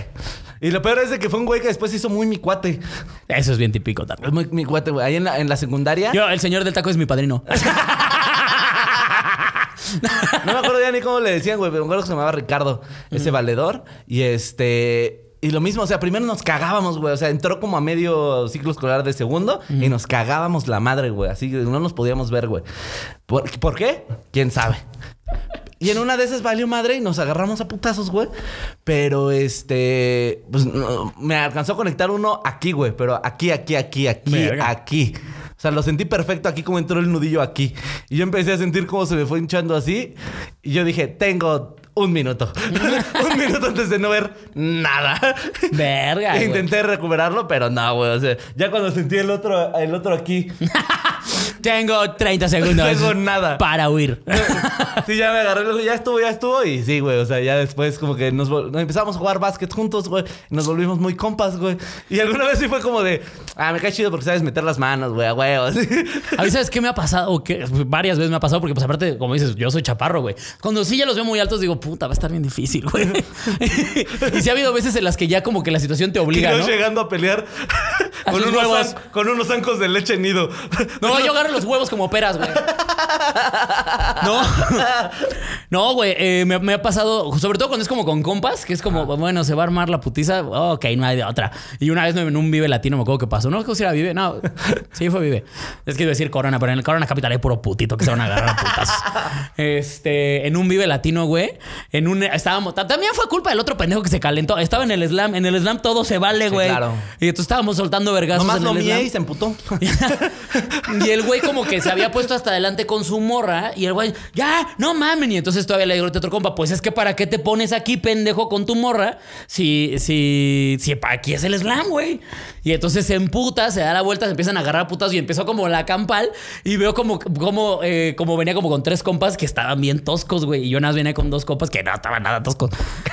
S2: Y lo peor es de que fue un güey que después se hizo muy mi cuate. *laughs*
S1: Eso es bien típico también.
S2: Muy mi cuate, güey. Ahí en la, en la secundaria.
S1: Yo, el señor del taco es mi
S2: *laughs*
S1: padrino.
S2: *laughs* No me acuerdo ya ni cómo le decían, güey, pero me acuerdo que se llamaba Ricardo, ese valedor. Y este. Y lo mismo, o sea, primero nos cagábamos, güey. O sea, entró como a medio ciclo escolar de segundo y nos cagábamos la madre, güey. Así que no nos podíamos ver, güey. ¿Por, por qué? ¿Quién sabe? Y en una de esas valió madre y nos agarramos a putazos, güey. Pero este. Pues no, me alcanzó a conectar uno aquí, güey. Pero aquí, aquí, aquí, aquí,
S1: Verga.
S2: aquí. O sea, lo sentí perfecto aquí como entró el nudillo aquí. Y yo empecé a sentir cómo se me fue hinchando así. Y yo dije, tengo un minuto. *laughs* un minuto antes de no ver nada.
S1: Verga. güey.
S2: Intenté recuperarlo, pero no, güey. O sea, ya cuando sentí el otro, el otro aquí,
S1: Tengo 30 segundos.
S2: Tengo nada.
S1: Para huir. *laughs*
S2: sí, ya me agarré, luego ya estuvo, ya estuvo. Y sí, güey, o sea, ya después como que nos, vol- nos empezamos a jugar básquet juntos, güey. y Nos volvimos muy compas, güey. Y alguna vez sí fue como de, ah, me cae chido porque sabes meter las manos, güey, a huevos. *laughs*
S1: A mí, ¿sabes qué me ha pasado? O que varias veces me ha pasado, porque, pues, aparte, como dices, yo soy chaparro, güey. Cuando sí ya los veo muy altos, digo, puta, va a estar bien difícil, güey. *laughs* y sí ha habido veces en las que ya como que la situación te
S2: Y
S1: obliga,
S2: yo
S1: ¿no?
S2: llegando
S1: *laughs*
S2: a pelear
S1: A
S2: con
S1: sus
S2: unos,
S1: huevos.
S2: an- con unos zancos de leche nido.
S1: No,
S2: *laughs*
S1: yo agarro los huevos como peras, güey. No. *laughs* No, güey. eh, me, me ha pasado, sobre todo cuando es como con compas, que es como, bueno, se va a armar la putiza. Ok, no hay de otra. Y una vez en un Vive Latino me acuerdo que pasó. No, es que si era Vive. No, *laughs* sí fue Vive. Es que iba a decir Corona, pero en el Corona Capital hay puro putito que se van a agarrar a putazos. Este, en un Vive Latino, güey. En un, estábamos, ta- también fue culpa del otro pendejo que se calentó. Estaba en el slam. En el slam todo se vale,
S2: Sí,
S1: güey.
S2: claro.
S1: Y entonces estábamos soltando vergazos
S2: Nomás
S1: en
S2: lo
S1: el slam.
S2: mié y
S1: *laughs*
S2: se emputó.
S1: y el güey como que se había puesto hasta adelante con su morra y el güey, ya, no mamen. Y entonces todavía le digo a otro compa, pues es que para qué te pones aquí, pendejo, con tu morra, si, si, si pa' aquí es el slam, güey. Y entonces se emputa, se da la vuelta, se empiezan a agarrar putas y empezó como la campal y veo como, como, eh, como venía como con tres compas que estaban bien toscos, güey. Y yo nada más venía con dos compas que no estaban nada toscos.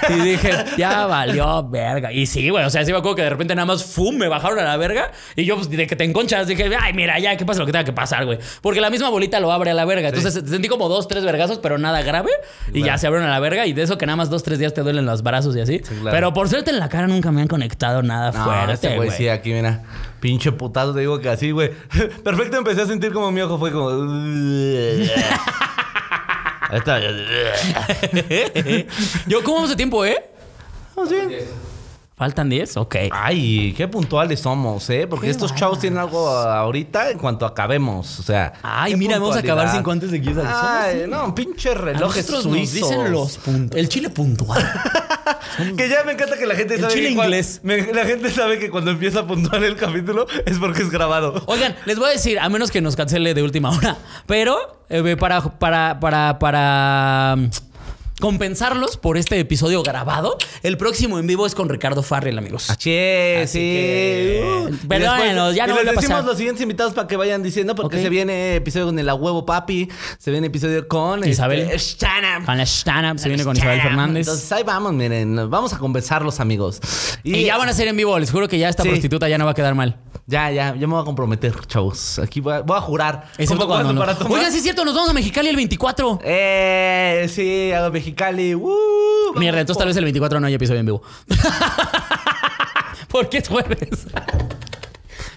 S1: Y dije, ya valió verga. Y sí, güey, o sea, sí me acuerdo que de repente nada más, ¡fum!, me bajaron a la verga. Y yo, pues, de que te enconchas, dije, ay, mira, ya, que pasa lo que tenga que pasar, güey. Porque la misma bolita lo abre a la la verga. Entonces sentí como dos, tres vergazos, pero nada grave. Y ya
S2: Claro.
S1: se abrieron a la verga. Y de eso que nada más dos, tres días te duelen los brazos y así.
S2: Sí, claro.
S1: Pero por suerte en la cara nunca me han conectado nada
S2: No,
S1: fuerte,
S2: este
S1: güey.
S2: güey sí, aquí mira, pinche putazo, te digo que así, güey. *laughs* Perfecto, empecé a sentir como mi ojo fue como... *laughs*
S1: *laughs*
S2: Ahí está.
S1: Yo, ¿cómo vamos de tiempo, eh?
S2: Vamos bien.
S1: ¿Faltan 10? Ok.
S2: Ay, qué puntuales somos, ¿eh? Porque estos chavos tienen algo ahorita en cuanto acabemos, o sea...
S1: Ay,
S2: qué
S1: mira, vamos a acabar
S2: puntualidad.
S1: cinco antes de que yo salga.
S2: Ay, no, pinche relojes
S1: nosotros
S2: suizos.
S1: nos dicen los puntos. El chile puntual.
S2: Que ya me encanta que la gente
S1: El
S2: sabe... que
S1: chile
S2: cuan-
S1: inglés.
S2: me- la gente sabe que cuando empieza a puntual el capítulo es porque es grabado.
S1: *laughs* Oigan, les voy a decir, a menos que nos cancele de última hora, pero eh, para, para, para, para mm, compensarlos por este episodio grabado, el próximo en vivo es con Ricardo Farrell,
S2: Ah,
S1: amigos.
S2: Che,
S1: Así
S2: sí.
S1: que-
S2: Uh. Y
S1: Perdónenos, ya no
S2: y les
S1: volvió a
S2: decimos
S1: pasar.
S2: los siguientes invitados para que vayan diciendo, porque
S1: Ok.
S2: se viene episodio con el A Huevo Papi, se viene episodio con
S1: Isabel.
S2: este, Shannon.
S1: Con la Shannon, se viene con Isabel
S2: Shannon.
S1: Fernández.
S2: Entonces ahí vamos, miren, vamos a conversarlos, amigos.
S1: y ya van a ser en vivo, les juro que ya esta
S2: Sí.
S1: prostituta ya no va a quedar mal.
S2: Ya, ya, yo me voy a comprometer, chavos. Aquí voy a, voy a jurar.
S1: Es cierto
S2: Como
S1: cuando
S2: cuando
S1: no.
S2: para tomar.
S1: Oigan, sí es cierto, nos vamos a Mexicali el 24.
S2: Eh, sí, a Mexicali. Uh,
S1: Mierda, entonces tal vez el 24 no hay episodio en
S2: *laughs*
S1: vivo. Porque es jueves.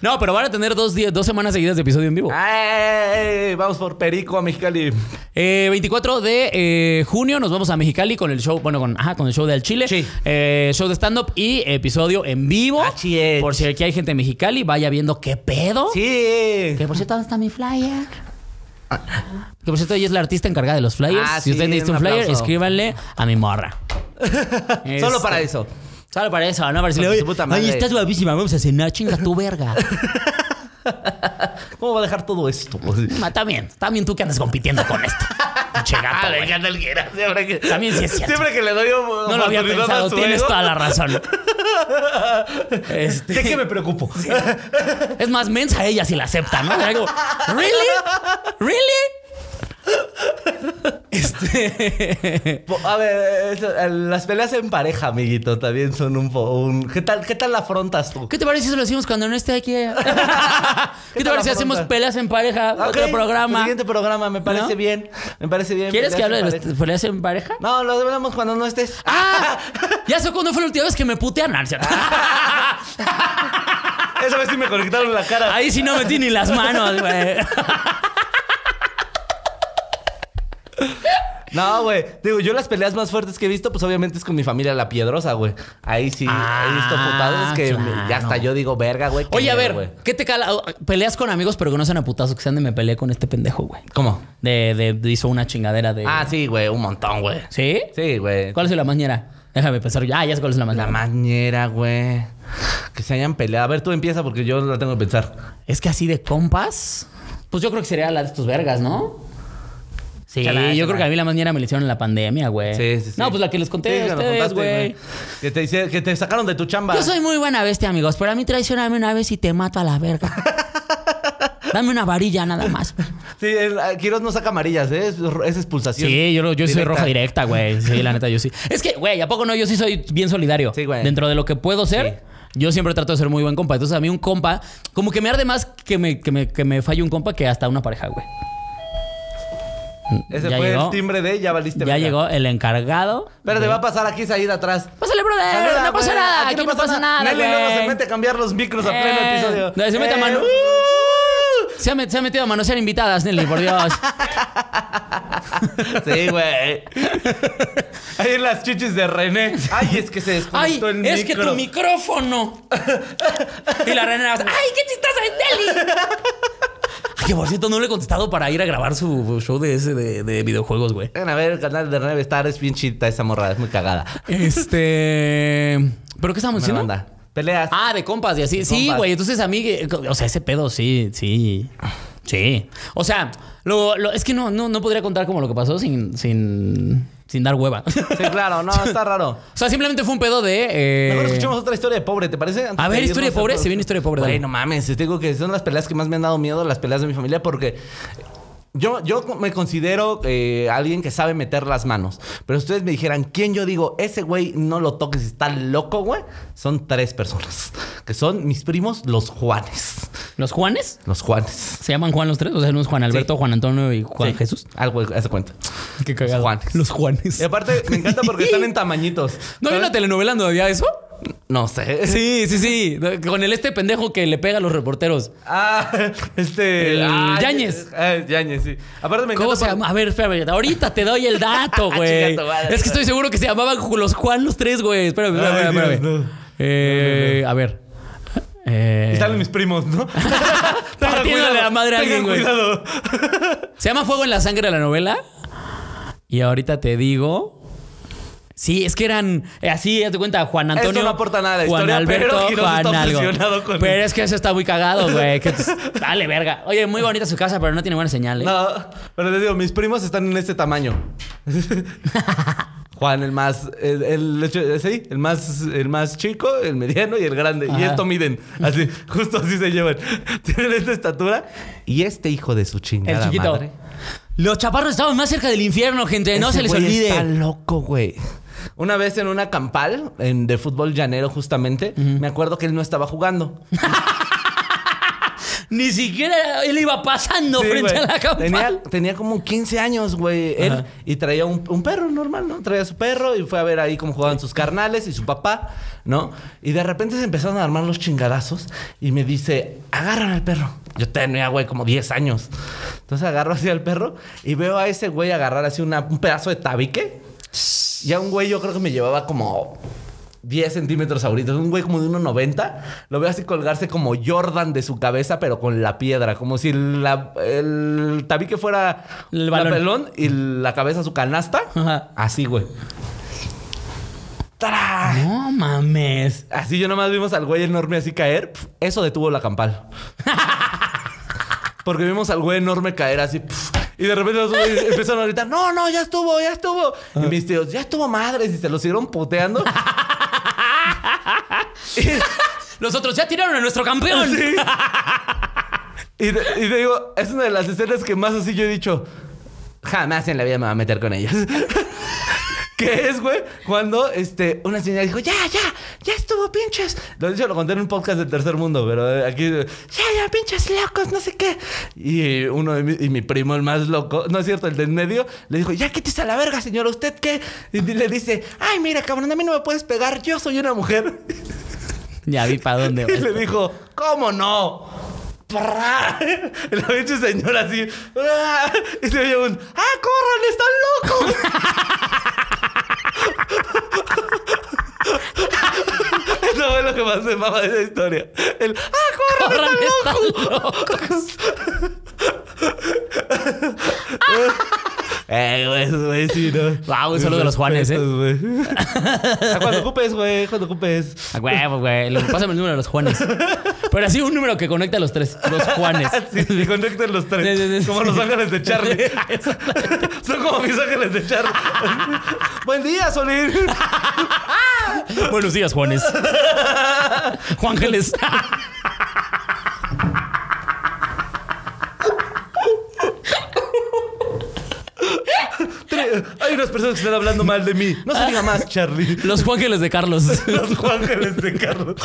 S1: No, pero van a tener dos, días, dos semanas seguidas de episodio en vivo.
S2: Ah. eh, Ay, vamos por Perico a Mexicali.
S1: Eh, 24 de eh, junio nos vamos a Mexicali con el show, bueno, con, ajá, con el show de Al Chile,
S2: Sí.
S1: Eh, show de stand-up y episodio en vivo.
S2: Así es.
S1: Por si aquí hay gente de Mexicali, vaya viendo qué pedo.
S2: Sí. eh,
S1: Que por cierto, ¿dónde está mi flyer? Que por cierto, ella es la artista encargada de los flyers.
S2: Ah,
S1: si usted
S2: sí,
S1: necesita un
S2: un
S1: flyer,
S2: aplauso.
S1: escríbanle a mi morra.
S2: Solo
S1: Este,
S2: para eso.
S1: Solo para eso, ¿no? Para decirle,
S2: Con su
S1: oye,
S2: puta
S1: oye,
S2: madre".
S1: estás guapísima, vamos a cenar, chinga tu
S2: *laughs*
S1: verga.
S2: ¿Cómo va a dejar todo esto? Pues,
S1: Ma, también, también tú que andas compitiendo con esto. Pinche gato,
S2: Ah,
S1: güey.
S2: Siempre que,
S1: También sí es cierto.
S2: Siempre que le doy un,
S1: No lo había pensado, tienes toda la razón. Este,
S2: *laughs* ¿De qué me preocupo?
S1: es más mensa ella si la acepta, ¿no? Era como, ¿Really? ¿Really? Este. *laughs*
S2: Po- A ver, eso, eh, las peleas en pareja, amiguito, también son un, po- un- ¿Qué tal qué tal la afrontas tú?
S1: ¿Qué te parece si lo hacemos cuando no esté aquí?
S2: *laughs*
S1: ¿Qué, te
S2: tal
S1: parece si
S2: la
S1: hacemos
S2: pregunta?
S1: peleas en pareja?
S2: Ok, pues
S1: Otro programa.
S2: Siguiente programa, me parece
S1: ¿No?
S2: bien. Me parece bien.
S1: ¿Quieres que hable
S2: peleas
S1: de
S2: en
S1: las
S2: pareja.
S1: peleas en pareja?
S2: No, lo hablamos cuando no estés.
S1: ¡Ah! *laughs* Ya sé cuándo fue la última vez que me putean, Arcia.
S2: Esa vez sí me conectaron la cara.
S1: *laughs* Ahí sí no metí ni las manos, *laughs* güey.
S2: No, güey. Digo, yo las peleas más fuertes que he visto, pues obviamente es con mi familia La Piedrosa, güey. Ahí sí he visto
S1: Ah,
S2: putadas que me- ya hasta
S1: claro.
S2: yo digo, verga, güey. qué
S1: Oye, a
S2: miedo,
S1: ver,
S2: güey".
S1: ¿qué te cala? Peleas con amigos, pero que no sean a putazos, que sean de me peleé con este pendejo, güey.
S2: ¿Cómo?
S1: De, de- de- hizo una chingadera de.
S2: Ah, sí, güey, un montón, güey.
S1: ¿Sí?
S2: Sí, güey.
S1: ¿Cuál es la mañana? Déjame pensar. Ah, ya sé cuál es la
S2: La
S1: mañana.
S2: mañera, güey. Que se hayan peleado. A ver, tú empieza porque yo la tengo que pensar.
S1: es que así de compas. Pues yo creo que sería la de estos vergas, ¿no? Sí,
S2: Chala,
S1: yo
S2: chala.
S1: creo que a mí la mañana me la hicieron en la pandemia, güey.
S2: Sí, sí, sí.
S1: No, pues la que les
S2: Sí,
S1: conté
S2: que
S1: a
S2: nos
S1: ustedes,
S2: contaste,
S1: güey.
S2: Que te, hice- que te sacaron de tu chamba.
S1: Yo soy muy buena bestia, amigos, pero a mí traicioname una vez y te mato a la *laughs* verga. Dame una varilla nada más.
S2: Sí, el, eh, Quiroz no saca amarillas, ¿eh? Es, es expulsación.
S1: Sí, yo, lo- yo soy
S2: Directa.
S1: roja directa, güey. Sí, la neta, yo sí. Es que, güey, ¿a poco no? Yo sí soy bien solidario.
S2: Sí, güey.
S1: Dentro de lo que puedo ser, yo siempre trato de ser muy buen compa. Entonces, a mí un compa, como que me arde más que me, que me, que me falle un compa que hasta una pareja, güey.
S2: Ese
S1: Ya
S2: fue
S1: llegó.
S2: el timbre de ya valiste.
S1: Ya
S2: verga.
S1: llegó el encargado.
S2: Pero te va a pasar aquí, Said, atrás.
S1: Pásale, brother.
S2: Saluda,
S1: Eh, no pasa
S2: güey.
S1: nada. Aquí, no pasa nada.
S2: Nelly luego
S1: güey.
S2: se mete a cambiar los micros a
S1: Eh,
S2: pleno episodio. Eh,
S1: no, se mete a mano.
S2: uh.
S1: Se ha, met- se ha metido a manosear invitadas, Nelly, por *laughs* Dios.
S2: Sí, güey. *laughs* Ahí en las chichis de René. Ay, es que se
S1: ¡Ay!
S2: desconectó el
S1: Es que
S2: micro.
S1: tu micrófono. y la reina ¡ay, qué chistosa es Nelly! Ay, *laughs* que por cierto, no le he contestado para ir a grabar su show de ese de, de videojuegos, güey.
S2: Ven a ver el canal de René Bestar. Es bien chita esa morra. Es muy cagada.
S1: Este. ¿Pero qué estamos
S2: Buena
S1: diciendo?
S2: onda. Peleas.
S1: Ah, de compas y así. sí,
S2: compas.
S1: güey. Entonces a mí, eh, o sea, ese pedo, sí, sí. Sí. O sea, lo, lo- es que no, no, no podría contar como lo que pasó sin, sin, sin dar hueva. *laughs*
S2: Sí, claro. No, está raro.
S1: o sea, simplemente fue un pedo de. eh,
S2: Mejor escuchemos otra historia de pobre, ¿te parece? Antes
S1: A ver,
S2: de
S1: historia de
S2: irnos al
S1: pobre,
S2: pro-
S1: se viene historia de pobre,
S2: Güey,
S1: dale.
S2: no mames, te digo que son las peleas que más me han dado miedo, las peleas de mi familia, porque Yo, yo me considero eh, alguien que sabe meter las manos. Pero si ustedes me dijeran, ¿quién yo digo? Ese güey no lo toques, está loco, güey. Son tres personas. Que son mis primos, los Juanes.
S1: ¿Los Juanes?
S2: Los Juanes.
S1: ¿Se llaman Juan los tres? O sea, unos Juan Alberto, Juan Antonio y Juan
S2: Sí.
S1: Jesús.
S2: Algo, hace cuenta.
S1: Qué cagado.
S2: Juanes. Ah.
S1: Los Juanes.
S2: Y aparte, me encanta porque
S1: *laughs*
S2: están en tamañitos.
S1: ¿No hay
S2: ¿Sabes?
S1: una telenovela donde había
S2: *laughs*
S1: eso?
S2: No sé.
S1: Sí, sí, sí. Con el este pendejo que le pega a los reporteros.
S2: Ah, *laughs* este.
S1: El
S2: ah,
S1: Yáñez.
S2: ah, Yáñez, sí. Aparte, me encanta.
S1: ¿Cómo se
S2: porque-
S1: llama? A ver, espérame. Ahorita te doy el
S2: *laughs*
S1: dato, güey.
S2: Ah, Chinga tu madre.
S1: es que estoy seguro que se llamaban los Juan los tres, güey. Espérame, espérame,
S2: Ay,
S1: espérame.
S2: Dios, no.
S1: Eh, A ver. Eh,
S2: Y Salen mis primos, ¿no? Tengan
S1: *laughs* Partiéndole la madre a
S2: tengan
S1: alguien, güey.
S2: Cuidado.
S1: *laughs* Se llama Fuego en la Sangre la novela. Y ahorita te digo. Sí, es que eran eh, así, haz de cuenta, Juan
S2: Esto
S1: Antonio.
S2: no aporta nada a la
S1: Juan
S2: historia, pero
S1: Alberto,
S2: Quiroz
S1: Juan
S2: está
S1: algo.
S2: obsesionado con-
S1: Pero es que eso está muy cagado, güey. que- Dale, verga. Oye, muy bonita su casa, pero no tiene buena señal, ¿eh?
S2: No, pero les digo, mis primos están en este tamaño. *laughs* Juan, el más, el, el- sí, el más, el más chico, el mediano y el grande. Y
S1: Ajá.
S2: esto miden.
S1: *laughs*
S2: Así, justo así se llevan. *laughs* Tienen esta estatura. Y este hijo de su chingada
S1: El chiquito.
S2: madre.
S1: Los chaparros estaban más cerca del infierno, gente. No
S2: Ese
S1: se les
S2: güey
S1: olvide.
S2: Está loco, güey. Una vez en una campal en- de fútbol llanero, justamente, me acuerdo que él no
S1: *laughs*
S2: estaba jugando.
S1: Ni siquiera él iba pasando
S2: Sí,
S1: frente
S2: güey.
S1: a la campana.
S2: Tenía, tenía como 15 años, güey. Él
S1: Ajá.
S2: y traía un, un perro normal, ¿no? Traía su perro y fue a ver ahí cómo jugaban sus carnales y su papá, ¿no? Y de repente se empezaron a armar los chingadazos y me dice, agarran al perro. Yo tenía, güey, como 10 años. Entonces agarro así al perro y veo a ese güey agarrar así una- un pedazo de tabique. Ya un güey, yo creo que me llevaba como 10 centímetros ahorita. Un güey como de 1,90. Lo veo así colgarse como Jordan de su cabeza, pero con la piedra. Como si la- el tabique fuera
S1: El
S2: la
S1: balón.
S2: pelón y la cabeza su canasta.
S1: Ajá.
S2: Así, güey. ¡Tarán!
S1: No mames.
S2: Así yo nomás vimos al güey enorme así caer. pf, eso detuvo la campal. Porque vimos al güey enorme caer así. pf, y de repente los güeyes empezaron a gritar, no, no, ya estuvo, ya estuvo. Y mis tíos, ya estuvo madres. Y se lo siguieron puteando.
S1: Los otros ya tiraron a nuestro campeón.
S2: *laughs* Y, de- y te digo, es una de las escenas que más así yo he dicho, jamás en la vida me va a meter con ellos. *laughs* que es, güey, cuando este, una señora dijo, ya, ya, ya estuvo, pinches. Lo de hecho lo conté en un podcast del tercer mundo, pero eh, aquí, ya, ya, pinches locos, no sé qué. Y uno de mi, y mi primo, el más loco, no es cierto, el del medio, le dijo, ya quítese a la verga, señora, ¿usted qué? Y le dice, ay, mira, cabrón, a mí no me puedes pegar, yo soy una mujer.
S1: Ya vi para
S2: *laughs*
S1: dónde
S2: Y le
S1: vas.
S2: dijo, ¿cómo no? ¡Prrra! Y La pinche señora así. ¡ah! Y se oye un, ¡ah, corran, están locos! *laughs* Eso fue lo que más me mama de esa historia. El, ¡ah, corran,
S1: Corran,
S2: están locos!
S1: están locos. *laughs*
S2: Eh, güey, esos güey, sí, ¿no?
S1: Guau, solo de los Juanes, ¿eh? *laughs*
S2: Esos güey. Ah, cuando ocupes, güey, cuando ocupes.
S1: A huevo, güey. Lo- Pásame el número de los Juanes. Pero así un número que conecta a los tres. Los Juanes.
S2: *laughs* Sí, sí, conecten los tres.
S1: Sí, sí, sí,
S2: como
S1: sí.
S2: los ángeles de *laughs* Charlie. Son como mis ángeles de Charlie. Buen día, Solín.
S1: Buenos días, Juanes. Juángeles.
S2: Tre- Hay unas personas que están hablando mal de mí. No se diga más, Charlie.
S1: Los Juángeles de
S2: *laughs*
S1: Carlos.
S2: Los ángeles de Carlos.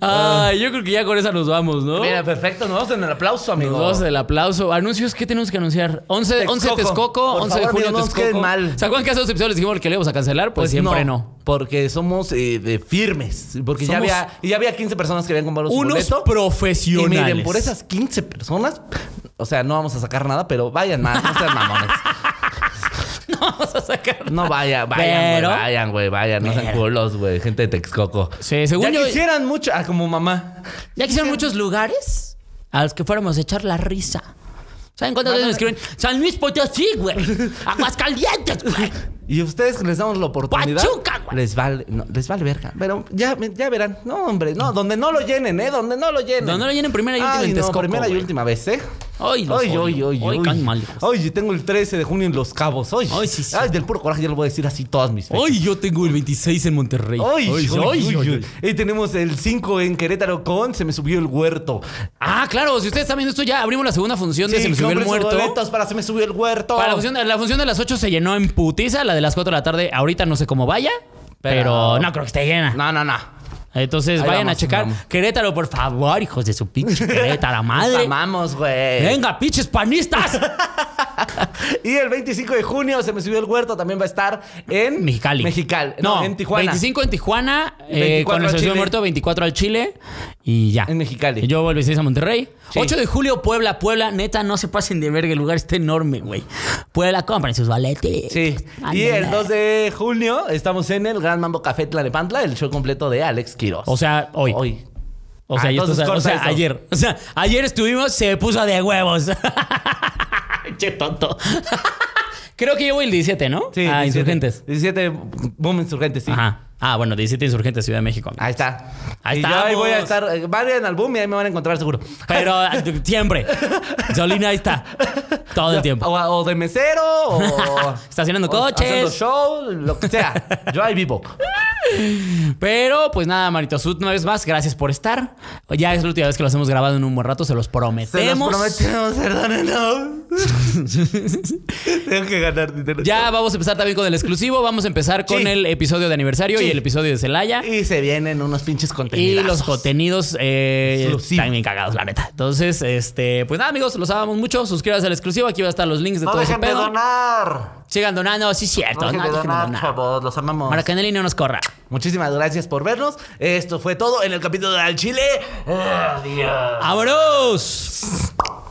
S1: Ay, yo creo que ya con esa nos vamos, ¿no?
S2: Mira, perfecto. Nos vamos en el aplauso,
S1: Nos
S2: amigo.
S1: vamos del aplauso. Anuncios, ¿qué tenemos que anunciar? 11,
S2: Texcoco.
S1: 11 Texcoco, 11
S2: Por
S1: de
S2: favor,
S1: junio
S2: amigos, no nos
S1: Texcoco.
S2: queden mal.
S1: ¿Se acuerdan que hace dos episodios les dijimos que le íbamos a cancelar? Pues, siempre no.
S2: Porque somos eh, de firmes. Porque ya,
S1: Somos-
S2: había, ya había 15 personas que habían comprado su
S1: Unos
S2: boleto. Y
S1: profesionales.
S2: miren, por esas 15 personas, o sea, no vamos a sacar nada, pero vayan más, no sean mamones.
S1: No *laughs* vamos a sacar.
S2: No vaya, vayan,
S1: Pero-
S2: güey, vayan, güey, vayan, no sean
S1: Pero-
S2: culos, güey, gente de Texcoco.
S1: Sí, según
S2: ya
S1: yo-
S2: quisieran mucho, ah, como mamá.
S1: Ya quisieron muchos lugares a los que fuéramos a echar la risa. ¿Saben cuántas veces me escriben? San Luis Potosí, güey. *laughs* Aguascalientes, güey.
S2: Y ustedes que les damos la oportunidad.
S1: Pachuca, güey.
S2: Les vale, no, les vale verga. Pero ya, ya verán. No, hombre, no, donde no lo llenen, ¿eh? Donde no lo llenen.
S1: Donde no lo llenen, primera y última
S2: Ay,
S1: en
S2: no,
S1: Texcoco,
S2: primera y
S1: güey.
S2: última vez, ¿eh?
S1: Ay, los
S2: Ay, ay,
S1: odio.
S2: ay,
S1: Ay,
S2: ay.
S1: caen mal.
S2: Ay, yo tengo el 13 de junio en Los Cabos. Ay,
S1: Ay, sí, sí.
S2: Ay, del puro coraje ya lo voy a decir así todas mis fechas.
S1: Hoy yo tengo el 26 en Monterrey.
S2: Ay,
S1: Ay, ay, ay, ay.
S2: Y tenemos el 5 en Querétaro con Se me subió el huerto.
S1: Ah, claro, si ustedes están viendo esto ya abrimos la segunda función de
S2: Sí,
S1: Se me subió el
S2: compren sus
S1: muerto.
S2: boletos para Se me subió el huerto.
S1: Para la función, la función de las 8 se llenó en putiza, la de las 4 de la tarde ahorita no sé cómo vaya, pero,
S2: Pero-
S1: no creo que esté llena.
S2: No, no, no.
S1: Entonces
S2: Ahí
S1: vayan
S2: vamos,
S1: a checar.
S2: vamos.
S1: Querétaro, por favor, hijos de su pinche
S2: *laughs*
S1: Querétaro,
S2: Nos
S1: madre.
S2: amamos, güey.
S1: Venga, pinches
S2: *laughs*
S1: panistas.
S2: Y el 25 de junio se me subió el huerto. También va a estar en
S1: Mexicali.
S2: Mexical. No, en Tijuana.
S1: 25 en Tijuana, eh,
S2: 24
S1: con el
S2: al
S1: Sergio
S2: Chile.
S1: Muerto, 24 al Chile y ya.
S2: En Mexicali.
S1: Yo vuelvo el 6 a Monterrey.
S2: Sí.
S1: 8 de julio, Puebla. Puebla, neta, no se pasen de verga. El lugar está enorme, güey. Puebla, compren sus baletes.
S2: Sí. Y
S1: Ándale.
S2: el 2 de junio estamos en el Gran Mambo Café Tlalnepantla, el show completo de Alex Quiroz.
S1: O sea, hoy.
S2: hoy.
S1: O sea,
S2: Ah,
S1: y esto-
S2: entonces
S1: o sea,
S2: corta eso.
S1: ayer. O sea, ayer estuvimos, se puso de huevos. *laughs* che tonto. *laughs* Creo que yo voy el 17, ¿no?
S2: Sí,
S1: Ah,
S2: 17.
S1: insurgentes.
S2: 17, boom, insurgentes, sí.
S1: Ajá. Ah, bueno, 17 insurgentes, Ciudad de México.
S2: Ahí está.
S1: Ahí
S2: y yo ahí voy a
S1: estamos.
S2: estar. eh, Vayan al boom y ahí me van a encontrar seguro.
S1: Pero ah, siempre. Solina ahí está. Todo el tiempo.
S2: O, o de
S1: *laughs*
S2: mesero, o. *laughs*
S1: Estacionando
S2: o Oh. Haciendo
S1: coches.
S2: show, lo que sea. Yo
S1: *laughs*
S2: ahí vivo.
S1: Pero pues nada, Manito Sud, una vez más, gracias por estar. Ya es la última vez que los hemos grabado en un buen rato, se los
S2: Se los
S1: prometemos.
S2: prometemos, *laughs*
S1: *laughs*
S2: perdónenos. Tengo que ganar dinero.
S1: Ya vamos a empezar también con el exclusivo. Vamos a empezar con
S2: Sí.
S1: el episodio de aniversario
S2: Sí.
S1: y el episodio de Celaya.
S2: Y se vienen unos pinches
S1: Y
S2: contenidos.
S1: los contenidos eh,
S2: Exclusivo.
S1: están bien cagados, la neta. Entonces, este, pues nada, amigos, los amamos mucho. Suscríbanse al exclusivo. Aquí van a estar los links de
S2: No
S1: todo ese
S2: dejen de
S1: pedo.
S2: donar.
S1: Sigan donando, sí,
S2: No
S1: cierto.
S2: dejen
S1: no,
S2: de
S1: dejen de
S2: donar, por
S1: donar.
S2: favor. Los amamos.
S1: Maracaneli no nos corra.
S2: Muchísimas gracias por vernos. Esto fue todo en el capítulo de Al Chile. Adiós.
S1: ¡Vámonos!